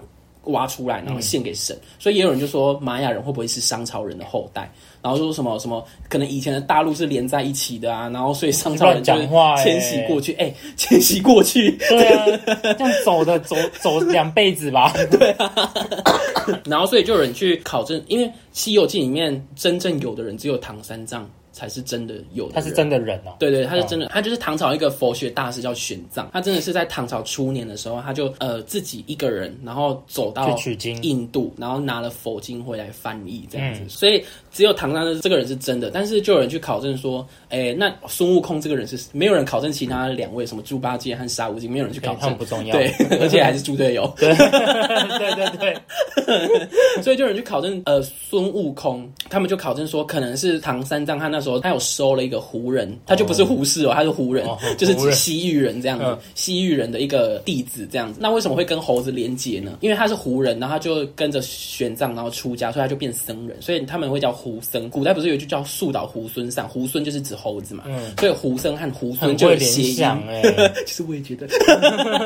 Speaker 1: 挖出来，然后献给神，所以也有人就说玛雅人会不会是商朝人的后代？然后说什么什么，可能以前的大陆是连在一起的啊，然后所以商朝人就是
Speaker 2: 乱讲话欸
Speaker 1: 迁徙过去，哎、迁徙过去，
Speaker 2: 对啊，这样走的走走两辈子
Speaker 1: [LAUGHS]
Speaker 2: 吧。
Speaker 1: 然后所以就有人去考证，因为《西游记》里面真正有的人只有唐三藏才是真的有的人，
Speaker 2: 他是真的人哦。
Speaker 1: 对对，他是真的，他就是唐朝一个佛学大师叫玄奘，他真的是在唐朝初年的时候，他就呃自己一个人，然后走到
Speaker 2: 去取经嗯
Speaker 1: 印度，然后拿了佛经回来翻译这样子，所以只有唐三藏这个人是真的，但是就有人去考证说，哎，那孙悟空这个人是没有人考证其他两位什么猪八戒和沙悟净，没有人去考
Speaker 2: 对哎他
Speaker 1: 证
Speaker 2: 们，不重要。
Speaker 1: 对，而且还是猪队友，
Speaker 2: 对对对，
Speaker 1: 所以就有人去考证，呃，孙悟空，他们就考证说，可能是唐三藏他那时候他有收了一个胡人，他就不是胡适哦， [LAUGHS] 他是胡人，
Speaker 2: 哦
Speaker 1: 就是
Speaker 2: 胡人
Speaker 1: 西域人这样子，
Speaker 2: 嗯
Speaker 1: 西域人的一个弟子这样子。那为什么会跟猴子连结呢？因为他是胡人，然后他就跟着玄奘，然后出家，所以他就变僧人，所以他们会叫胡僧。古代不是有一句叫“树倒猢狲散”，猢狲就是指猴子嘛，所以嗯胡僧和猢狲
Speaker 2: 很
Speaker 1: [LAUGHS] 就
Speaker 2: 会
Speaker 1: 有
Speaker 2: 联
Speaker 1: 谐音。
Speaker 2: 想哎。
Speaker 1: 其实我也觉得，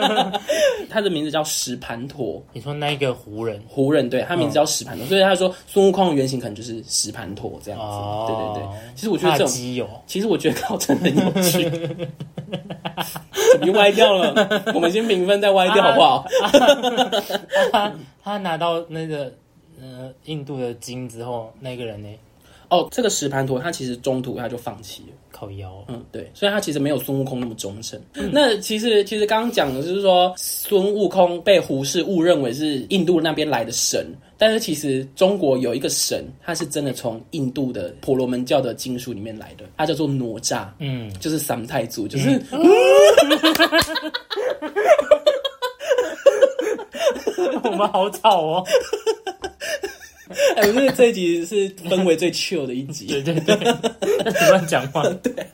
Speaker 1: [LAUGHS] 他的名字叫石盘陀，
Speaker 2: 你说那个胡人
Speaker 1: 胡人对，他名字
Speaker 2: 嗯
Speaker 1: 叫石盘陀，所以他说孙悟空的原型可能就是石盘陀这样子。
Speaker 2: 哦
Speaker 1: [LAUGHS] 对对对，其实我觉得这
Speaker 2: 大
Speaker 1: 种，
Speaker 2: 基友，
Speaker 1: 其实我觉得考证很有趣。
Speaker 2: [LAUGHS]
Speaker 1: 怎么又歪掉了？我们先评分再歪掉好不
Speaker 2: [LAUGHS]
Speaker 1: 好？
Speaker 2: 他他拿到那个呃印度的经之后，那个人呢？
Speaker 1: 哦，这个石盘陀他其实中途他就放弃了。
Speaker 2: 靠腰哦，
Speaker 1: 嗯，对，所以他其实没有孙悟空那么忠诚。那其实其实刚刚讲的就是说，孙悟空被胡适误认为是印度那边来的神，但是其实中国有一个神，他是真的从印度的婆罗门教的经书里面来的，他叫做哪吒，
Speaker 2: 嗯，
Speaker 1: 就是三太祖，就是、
Speaker 2: [LAUGHS]
Speaker 1: [LAUGHS]
Speaker 2: 我们好吵哦，
Speaker 1: 哎，我觉得这一集是氛围最 chill 的一集。
Speaker 2: 对对对，只 [LAUGHS] 乱讲话，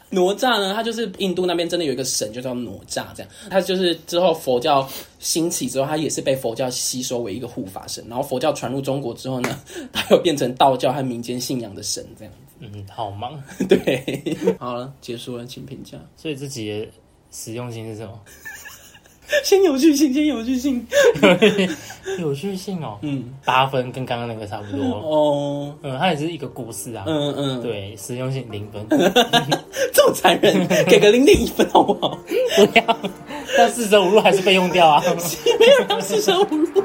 Speaker 1: 哪吒呢，他就是印度那边真的有一个神，就叫哪吒，这样。他就是之后佛教兴起之后，他也是被佛教吸收为一个护法神。然后佛教传入中国之后呢，他又变成道教和民间信仰的神，这 [LAUGHS] 样。
Speaker 2: 嗯，好忙，
Speaker 1: 对，好了，结束了，请评价。
Speaker 2: 所以这集的实用性是什么？
Speaker 1: 先有剧情，先有剧情。
Speaker 2: 有趣性哦，
Speaker 1: 嗯，
Speaker 2: 八分跟刚刚那个差不多，
Speaker 1: [LAUGHS] 哦，
Speaker 2: 嗯，它也是一个故事啊，
Speaker 1: 嗯嗯，
Speaker 2: 对，实用性零分， [LAUGHS]
Speaker 1: 这么残 [LAUGHS] 忍，给个零点一分好不好？
Speaker 2: 不要，但四舍五入还是被用
Speaker 1: [LAUGHS]
Speaker 2: 掉啊。
Speaker 1: 没有让四舍五入。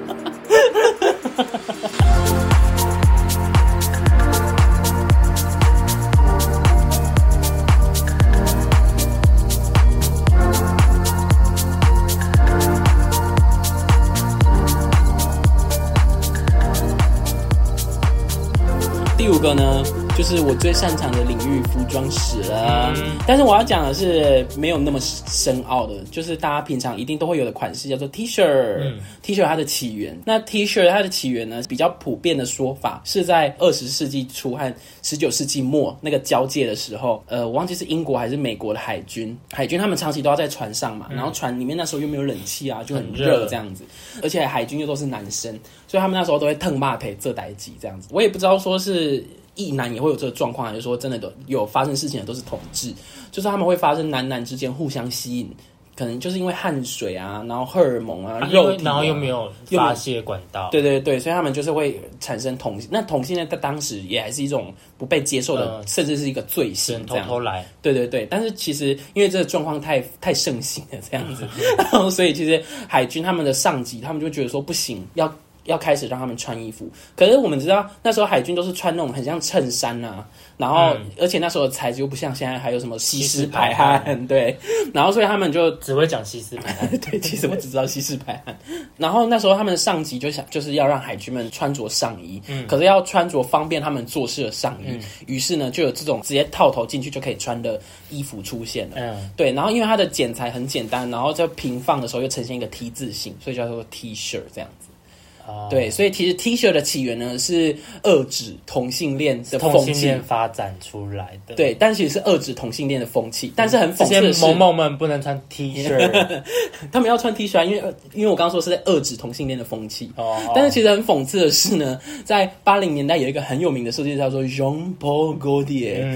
Speaker 1: 第五个呢，就是我最擅长的领域——服装史了。但是我要讲的是没有那么深奥的，就是大家平常一定都会有的款式叫做 T 恤。T 恤它的起源，那 T 恤它的起源呢，比较普遍的说法是在二十世纪初和十九世纪末那个交界的时候，呃，我忘记是英国还是美国的海军，海军他们长期都要在船上嘛，然后船里面那时候又没有冷气啊，就很
Speaker 2: 很热
Speaker 1: 热这样子，而且海军又都是男生，所以他们那时候都会疼骂腿这代机这样子。我也不知道说是异男也会有这个状况，还是说真的都有发生事情的都是同志，就是他们会发生男男之间互相吸引。可能就是因为汗水啊，然后荷尔蒙啊，
Speaker 2: 因
Speaker 1: 肉
Speaker 2: 为
Speaker 1: 体、啊，
Speaker 2: 然后又没有发泄管道，
Speaker 1: 对对对，所以他们就是会产生同性。那同性恋在当时也还是一种不被接受的，
Speaker 2: 嗯
Speaker 1: 甚至是一个罪
Speaker 2: 只
Speaker 1: 行
Speaker 2: 能
Speaker 1: 这
Speaker 2: 偷
Speaker 1: 样。
Speaker 2: 偷来，
Speaker 1: 对对对，但是其实因为这个状况太太盛行了这样子， [LAUGHS] 然后所以其实海军他们的上级他们就觉得说不行，要要开始让他们穿衣服。可是我们知道那时候海军都是穿那种很像衬衫啊，然后、而且那时候的材质又不像现在还有什么吸湿排汗，对，然后所以他们就
Speaker 2: 只会讲西施版。
Speaker 1: [LAUGHS] 对，其实我只知道西式排汗。然后那时候他们上级就想，就是要让海军们穿着上衣，
Speaker 2: 嗯
Speaker 1: 可是要穿着方便他们做事的上衣。于是呢，就有这种直接套头进去就可以穿的衣服出现了。
Speaker 2: 嗯，
Speaker 1: 对，然后因为它的剪裁很简单，然后在平放的时候又呈现一个 T 字形，所以叫做 T 恤这样子。
Speaker 2: 哦，
Speaker 1: 对，所以其实 T 恤的起源呢是遏制同性恋 [LAUGHS] 的
Speaker 2: 同
Speaker 1: 风
Speaker 2: 性
Speaker 1: 气
Speaker 2: 恋，发展出来的。，
Speaker 1: 对，但其实是遏制同性恋的风气。但是很
Speaker 2: 这
Speaker 1: 讽刺
Speaker 2: 些
Speaker 1: 的是，
Speaker 2: 萌萌们不能穿 T
Speaker 1: [LAUGHS]
Speaker 2: 恤
Speaker 1: 他们要穿 T 恤啊，因为因为我刚刚说是在遏制同性恋的风气。
Speaker 2: 哦，
Speaker 1: 但是其实很讽刺的是呢，在八零年代有一个很有名的设计师叫做 Jean Paul Gaultier，、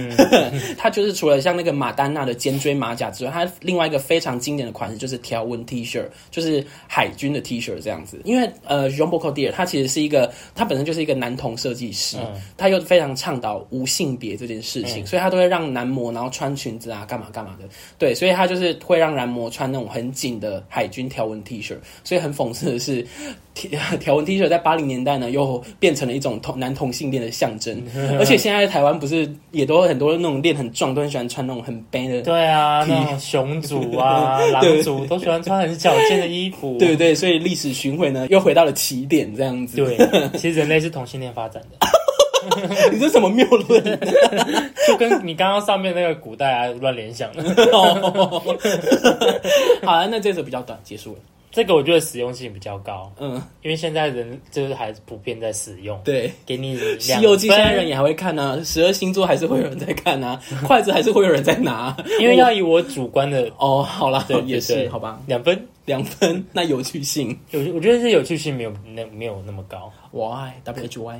Speaker 1: 他 [LAUGHS] 就是除了像那个马丹娜的尖锥马甲之外，他另外一个非常经典的款式就是条纹 T 恤，就是海军的 T 恤这样子。因为呃 Jean Paul Gaultier 他其实是一个，他本身就是一个男童设计师，他又非常倡导无性别这件事情，所以他都会让男模然后穿裙子啊干嘛干嘛的，对，所以他就是会让男模穿那种很紧的海军条纹 T 恤，所以很讽刺的是。 [LAUGHS] 条条纹 T 恤在八零年代呢，又变成了一种同男同性恋的象征，
Speaker 2: 嗯
Speaker 1: 而且现在台湾不是也都很多那种练很壮，都很喜欢穿那种很 b a n 的，
Speaker 2: 对啊，那种熊族
Speaker 1: [LAUGHS]
Speaker 2: 啊、狼族都喜欢穿很小件的衣服。
Speaker 1: 对对，所以历史巡回呢又回到了起点这样子。
Speaker 2: 对，其实人类是同性恋发展的，
Speaker 1: [LAUGHS] 你这什么谬论？
Speaker 2: 就跟你刚刚上面那个古代啊乱联想的。
Speaker 1: 哦 [LAUGHS] 好了，那这次比较短，结束了。
Speaker 2: 这个我觉得实用性比较高，
Speaker 1: 嗯，
Speaker 2: 因为现在人就是还是普遍在使用。
Speaker 1: 对。
Speaker 2: 给你
Speaker 1: 《
Speaker 2: 西
Speaker 1: 西游记》现在人也还会看呢、十二星座还是会有人在看呢、筷子还是会有人在拿。
Speaker 2: 因为要以我主观的
Speaker 1: 哦，好啦，
Speaker 2: 对对
Speaker 1: 也
Speaker 2: 对
Speaker 1: 是好吧，
Speaker 2: 两分，
Speaker 1: 两分，那有趣性
Speaker 2: 有我觉得这有趣性没有那没有那么高，
Speaker 1: ，why w h y，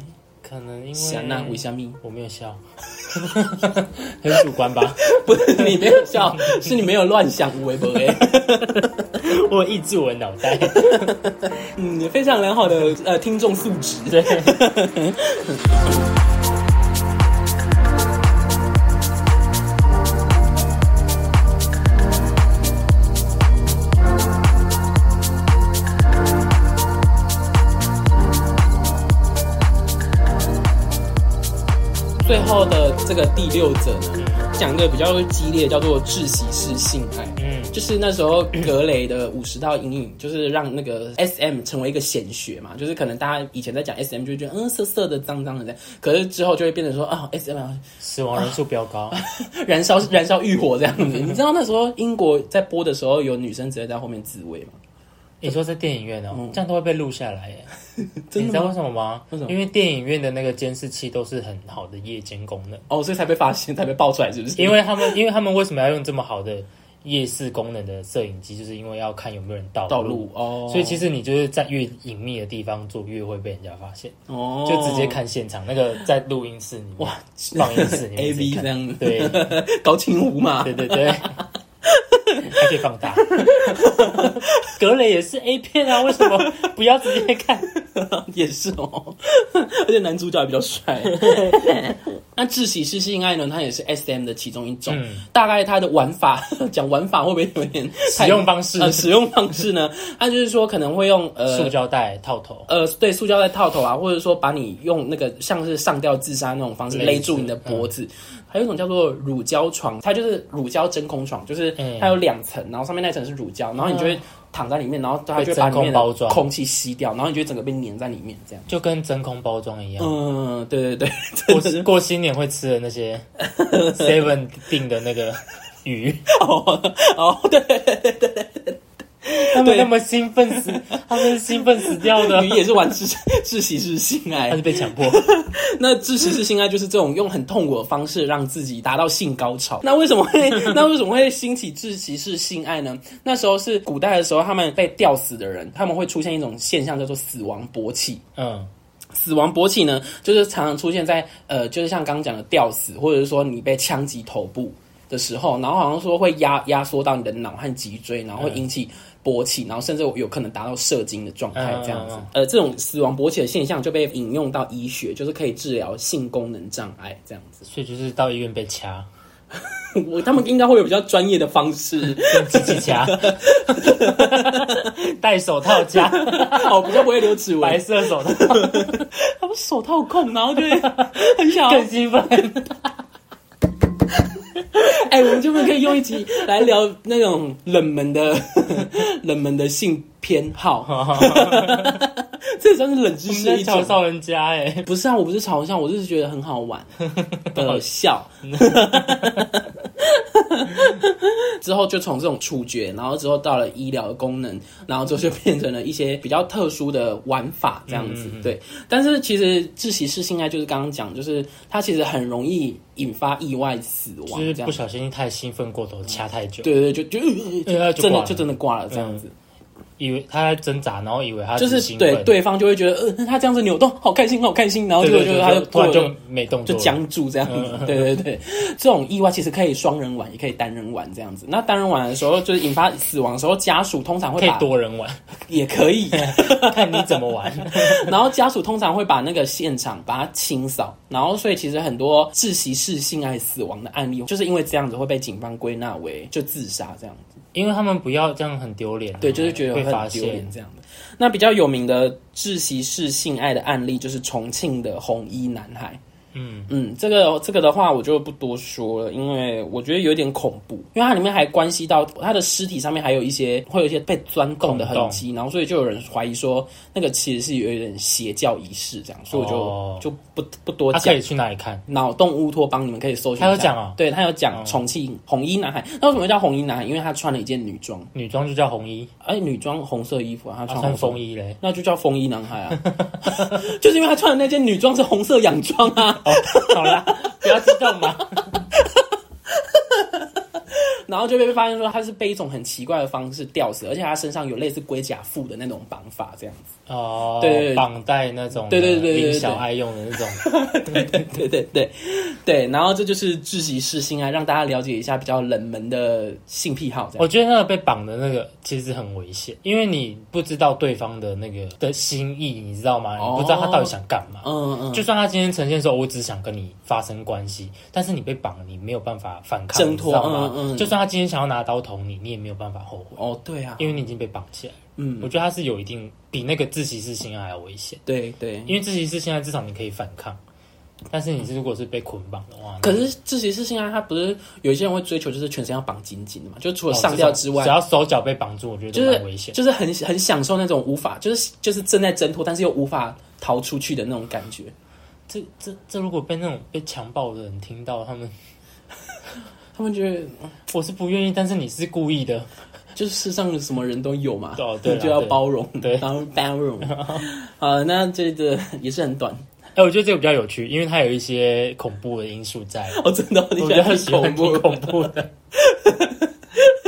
Speaker 2: 可能因为
Speaker 1: 想那为虾米？
Speaker 2: 我没有笑，很主
Speaker 1: [LAUGHS]
Speaker 2: 观吧？
Speaker 1: 不是你没有笑，是你没有乱想微博哎。
Speaker 2: 我抑制我的脑袋。
Speaker 1: [LAUGHS] 嗯，非常良好的呃听众素质。
Speaker 2: 对，
Speaker 1: 最后的这个第六则呢，讲的比较激烈，叫做窒息式性爱。
Speaker 2: 嗯
Speaker 1: 就是那时候格雷的五十道阴影，就是让那个 S M 成为一个显学嘛，就是可能大家以前在讲 S M 就会觉得嗯色色的、脏脏的这样，可是之后就会变成说啊 S M
Speaker 2: 死亡人数比较高，
Speaker 1: 燃烧 [LAUGHS] 燃烧欲火这样子。你知道那时候英国在播的时候，有女生直接在后面自慰吗？
Speaker 2: 你说在电影院哦、这样都会被录下来耶。
Speaker 1: 嗯真
Speaker 2: 你
Speaker 1: 的
Speaker 2: 知
Speaker 1: 吗
Speaker 2: 道为什么吗？
Speaker 1: 为什么
Speaker 2: 因为电影院的那个监视器都是很好的夜间功能，
Speaker 1: 哦，所以才被发现，才被爆出来，是不是？
Speaker 2: 因为他们因为他们为什么要用这么好的夜视功能的摄影机，就是因为要看有没有人盗
Speaker 1: 道路哦，
Speaker 2: 所以其实你就是在越隐秘的地方做，越会被人家发现，
Speaker 1: 哦
Speaker 2: 就直接看现场那个在录音室里面
Speaker 1: 哇
Speaker 2: 放映
Speaker 1: [LAUGHS]
Speaker 2: 室里
Speaker 1: A
Speaker 2: 面直
Speaker 1: V
Speaker 2: 接看
Speaker 1: 这样子，
Speaker 2: 对
Speaker 1: 高清无嘛，
Speaker 2: 对对对，还可以放大。格雷也是 A 片啊，为什么不要直接看？
Speaker 1: 也是哦， [LAUGHS] 而且男主角也比较
Speaker 2: [LAUGHS]
Speaker 1: 帅。那窒息式性爱呢，它也是 S M 的其中一种，
Speaker 2: 嗯
Speaker 1: 大概它的玩法， [LAUGHS] 讲玩法会不会有点太
Speaker 2: 使用方式
Speaker 1: 呃，使用方式呢，它就是说可能会用呃
Speaker 2: 塑胶袋套头，
Speaker 1: 呃，对，塑胶袋套头啊，或者说把你用那个像是上吊自杀那种方式
Speaker 2: 勒
Speaker 1: 勒住
Speaker 2: 住
Speaker 1: 你的脖子，
Speaker 2: 嗯
Speaker 1: 还有一种叫做乳胶床，它就是乳胶真空床，就是
Speaker 2: 嗯
Speaker 1: 它有两层，然后上面那层是乳胶，然后你就会躺在里面，然后它
Speaker 2: 会
Speaker 1: 就会把
Speaker 2: 真
Speaker 1: 里
Speaker 2: 空
Speaker 1: 面的
Speaker 2: 包装嗯
Speaker 1: 空气吸掉，然后你就会整个被粘在里面这样。
Speaker 2: 就跟真空包装一样。
Speaker 1: 嗯，对对对， [LAUGHS]
Speaker 2: 过过新年会吃的那些 Seven 订的那个鱼，
Speaker 1: 哦哦，对，
Speaker 2: [LAUGHS] 他们那么兴奋 [LAUGHS] 死，他们是兴奋死掉的
Speaker 1: 鱼，也是玩窒窒息式性爱
Speaker 2: 他是，被强迫。
Speaker 1: [LAUGHS] 那窒息式性爱就是这种用很痛苦的方式让自己达到性高潮。那为什么会 [LAUGHS] 那为什么会兴起窒息式性爱呢？那时候是古代的时候，他们被吊死的人，他们会出现一种现象叫做死亡勃起。
Speaker 2: 嗯，
Speaker 1: 死亡勃起呢，就是常常出现在呃，就是像刚刚讲的吊死，或者是说你被枪击头部的时候，然后好像说会压压缩到你的脑和脊椎，然后会引起勃起，然后甚至有可能达到射精的状态
Speaker 2: 嗯嗯嗯
Speaker 1: 这样子
Speaker 2: 嗯。
Speaker 1: 呃，这种死亡勃起的现象就被引用到医学，就是可以治疗性功能障碍这样子。 [LAUGHS]
Speaker 2: 所以就是到医院被掐，
Speaker 1: 我他们应该会有比较专业的方式， [LAUGHS]
Speaker 2: 用机器 [LAUGHS] 掐，戴手套夹，
Speaker 1: 哦，比较不会留指 [LAUGHS]
Speaker 2: 白
Speaker 1: 纹，
Speaker 2: 色手套，
Speaker 1: 他们手套控，然后就会很想要
Speaker 2: 更兴奋。
Speaker 1: 哎、我们这边可以用一集来聊那种冷门的、 [LAUGHS] 冷门的性偏好，
Speaker 2: 哦
Speaker 1: 这也算是冷知
Speaker 2: 我
Speaker 1: 识
Speaker 2: 们在
Speaker 1: 一
Speaker 2: 嘲
Speaker 1: 种。
Speaker 2: 笑人家哎、
Speaker 1: 不是啊，我不是嘲笑，我就是觉得很好
Speaker 2: [LAUGHS]
Speaker 1: 玩的笑。之后就从这种触觉，然后之后到了医疗的功能，然后之后就变成了一些比较特殊的玩法这样
Speaker 2: 嗯
Speaker 1: 子。对，但是其实窒息式性爱就是刚刚讲，就是它其实很容易引发意外死亡，
Speaker 2: 就是
Speaker 1: 这样
Speaker 2: 不小心太兴奋过头，掐太久，
Speaker 1: 对对，对就就、呃
Speaker 2: 呃
Speaker 1: 呃
Speaker 2: 就
Speaker 1: 真
Speaker 2: 挂
Speaker 1: 的
Speaker 2: 了
Speaker 1: 就真的挂了这样子，
Speaker 2: 以为他在挣扎，然后以为他
Speaker 1: 就
Speaker 2: 只
Speaker 1: 是
Speaker 2: 兴
Speaker 1: 对
Speaker 2: 奋，
Speaker 1: 对方就会觉得，呃，他这样子扭动，好开心，好开心，然后
Speaker 2: 对
Speaker 1: 就
Speaker 2: 对
Speaker 1: 就
Speaker 2: 对
Speaker 1: 他
Speaker 2: 就突然
Speaker 1: 过
Speaker 2: 就
Speaker 1: 了
Speaker 2: 没动作
Speaker 1: 就
Speaker 2: 了，嗯
Speaker 1: 僵住这样子，对对对，这种意外其实可以双人玩，也可以单人玩这样子。那单人玩的时候，就是引发死亡的时候，家属通常会
Speaker 2: 可以
Speaker 1: 把
Speaker 2: 多人 [LAUGHS] 玩，
Speaker 1: 也可以，
Speaker 2: 看你怎么玩。 [LAUGHS]
Speaker 1: 然后家属通常会把那个现场把它清扫，然后所以其实很多窒息式性爱死亡的案例，就是因为这样子会被警方归纳为就自杀这样子。
Speaker 2: 因为他们不要这样很丢脸啊，
Speaker 1: 对，就是觉得
Speaker 2: 会发
Speaker 1: 很丢
Speaker 2: 现
Speaker 1: 脸。这样的。那比较有名的窒息式性爱的案例，就是重庆的红衣男孩。
Speaker 2: 嗯
Speaker 1: 嗯，这个这个的话，我就不多说了，因为我觉得有点恐怖，因为它里面还关系到他的尸体上面还有一些会有一些被钻洞的痕迹，然后所以就有人怀疑说那个其实是有一点邪教仪式这样，所以我就、
Speaker 2: 哦
Speaker 1: 就不不多
Speaker 2: 他
Speaker 1: 讲
Speaker 2: 可以。去哪里看？
Speaker 1: 脑洞乌托邦，你们可以搜寻一下。
Speaker 2: 他有讲哦
Speaker 1: 对他有讲重庆红衣男孩。那为什么叫红衣男孩？因为他穿了一件女装，
Speaker 2: 女装就叫红衣，
Speaker 1: 哎、女装红色衣服啊，他
Speaker 2: 他
Speaker 1: 穿
Speaker 2: 穿
Speaker 1: 红色
Speaker 2: 风衣嘞，
Speaker 1: 那就叫风衣男孩
Speaker 2: [LAUGHS]
Speaker 1: 啊，就是因为他穿的那件女装是红色洋装啊， [LAUGHS]
Speaker 2: 哦好啦，不要激动嘛。
Speaker 1: 然后就被发现说他是被一种很奇怪的方式吊死，而且他身上有类似龟甲腹的那种绑法，这样子。
Speaker 2: [LAUGHS]
Speaker 1: [LAUGHS]
Speaker 2: 哦，
Speaker 1: 对对对
Speaker 2: 绑带那种的，
Speaker 1: 对对对对对对
Speaker 2: 林小爱用的那种， [LAUGHS]
Speaker 1: 对对对对，然后这就是窒息式性爱，让大家了解一下比较冷门的性癖好。这样
Speaker 2: 我觉得那个被绑的那个其实很危险，因为你不知道对方的那个的心意，你知道吗？
Speaker 1: 哦
Speaker 2: 你不知道他到底想干嘛。
Speaker 1: 嗯嗯，
Speaker 2: 就算他今天呈现说，我只想跟你发生关系，但是你被绑了，你没有办法反抗，
Speaker 1: 挣脱
Speaker 2: 你知道吗？
Speaker 1: 嗯嗯
Speaker 2: 就算他今天想要拿刀捅你，你也没有办法后悔，
Speaker 1: 哦对啊，
Speaker 2: 因为你已经被绑起来。
Speaker 1: 嗯
Speaker 2: 我觉得他是有一定比那个自习室性爱还要危险，
Speaker 1: 对对
Speaker 2: 因为自习室性爱至少你可以反抗，但是你是如果是被捆绑的话，哦
Speaker 1: 可是这些事情啊，他不是有一些人会追求，就是全身要绑紧紧的嘛，就除
Speaker 2: 那
Speaker 1: 了上吊之外，
Speaker 2: 只要手脚被绑住，我觉得
Speaker 1: 就
Speaker 2: 都蛮危
Speaker 1: 是
Speaker 2: 险。
Speaker 1: 就是很很享受那种无法，就是就是正在挣脱，但是又无法逃出去的那种感觉。
Speaker 2: 这这这如果被那种被强暴的人听到，他们
Speaker 1: 他们觉得
Speaker 2: 我是不愿意，但是你是故意的，
Speaker 1: 就是世上什么人都有嘛，
Speaker 2: 哦对
Speaker 1: [LAUGHS]
Speaker 2: 啦
Speaker 1: 就要包容，
Speaker 2: 对
Speaker 1: 然后包容。啊，那这个也是很短
Speaker 2: 哎、我觉得这个比较有趣，因为它有一些恐怖的因素在。
Speaker 1: 哦，真的哦， [LAUGHS] 你
Speaker 2: 我
Speaker 1: 喜
Speaker 2: 比
Speaker 1: 欢
Speaker 2: 较
Speaker 1: 听
Speaker 2: 喜欢
Speaker 1: 恐怖？
Speaker 2: 听恐怖的。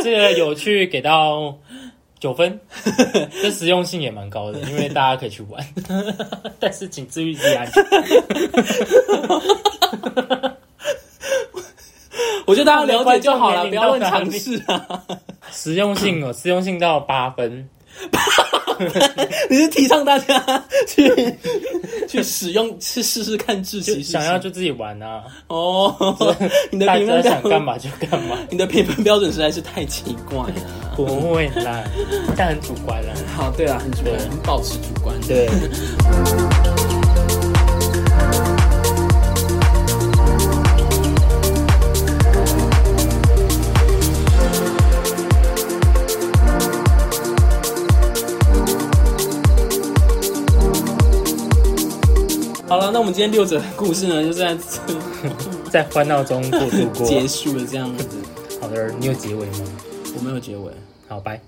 Speaker 2: 这个有趣给到
Speaker 1: [LAUGHS]
Speaker 2: 九分，这实用性也蛮高的，因为大家可以去玩， [LAUGHS] 但是请注意自己安全。
Speaker 1: 我觉得大家了解就好了，
Speaker 2: 观众年龄
Speaker 1: 不要问
Speaker 2: 到哪里
Speaker 1: 尝试啊。 [LAUGHS]
Speaker 2: 实用性哦，实用性到八分，
Speaker 1: 你是提倡大家去 [LAUGHS] 去使用，去试试看窒
Speaker 2: 就
Speaker 1: 息，
Speaker 2: 想要就自己玩啊，
Speaker 1: 哦，你的
Speaker 2: 大
Speaker 1: 评
Speaker 2: 家
Speaker 1: 分
Speaker 2: 想
Speaker 1: 标
Speaker 2: 干
Speaker 1: 准，
Speaker 2: 嘛就干嘛，
Speaker 1: [LAUGHS] 你的评分标准实在是太奇怪了。
Speaker 2: 不会啦，但很主观啦。
Speaker 1: 好，对啊，很主观
Speaker 2: 对，
Speaker 1: 保持主观。
Speaker 2: 对，
Speaker 1: 好了，那我们今天六者的故事呢，就在
Speaker 2: 在欢闹中过度
Speaker 1: 结 [LAUGHS]
Speaker 2: 过。
Speaker 1: 束了这样子。
Speaker 2: 好的，你有结尾吗？
Speaker 1: 我没有结尾。
Speaker 2: 好，拜。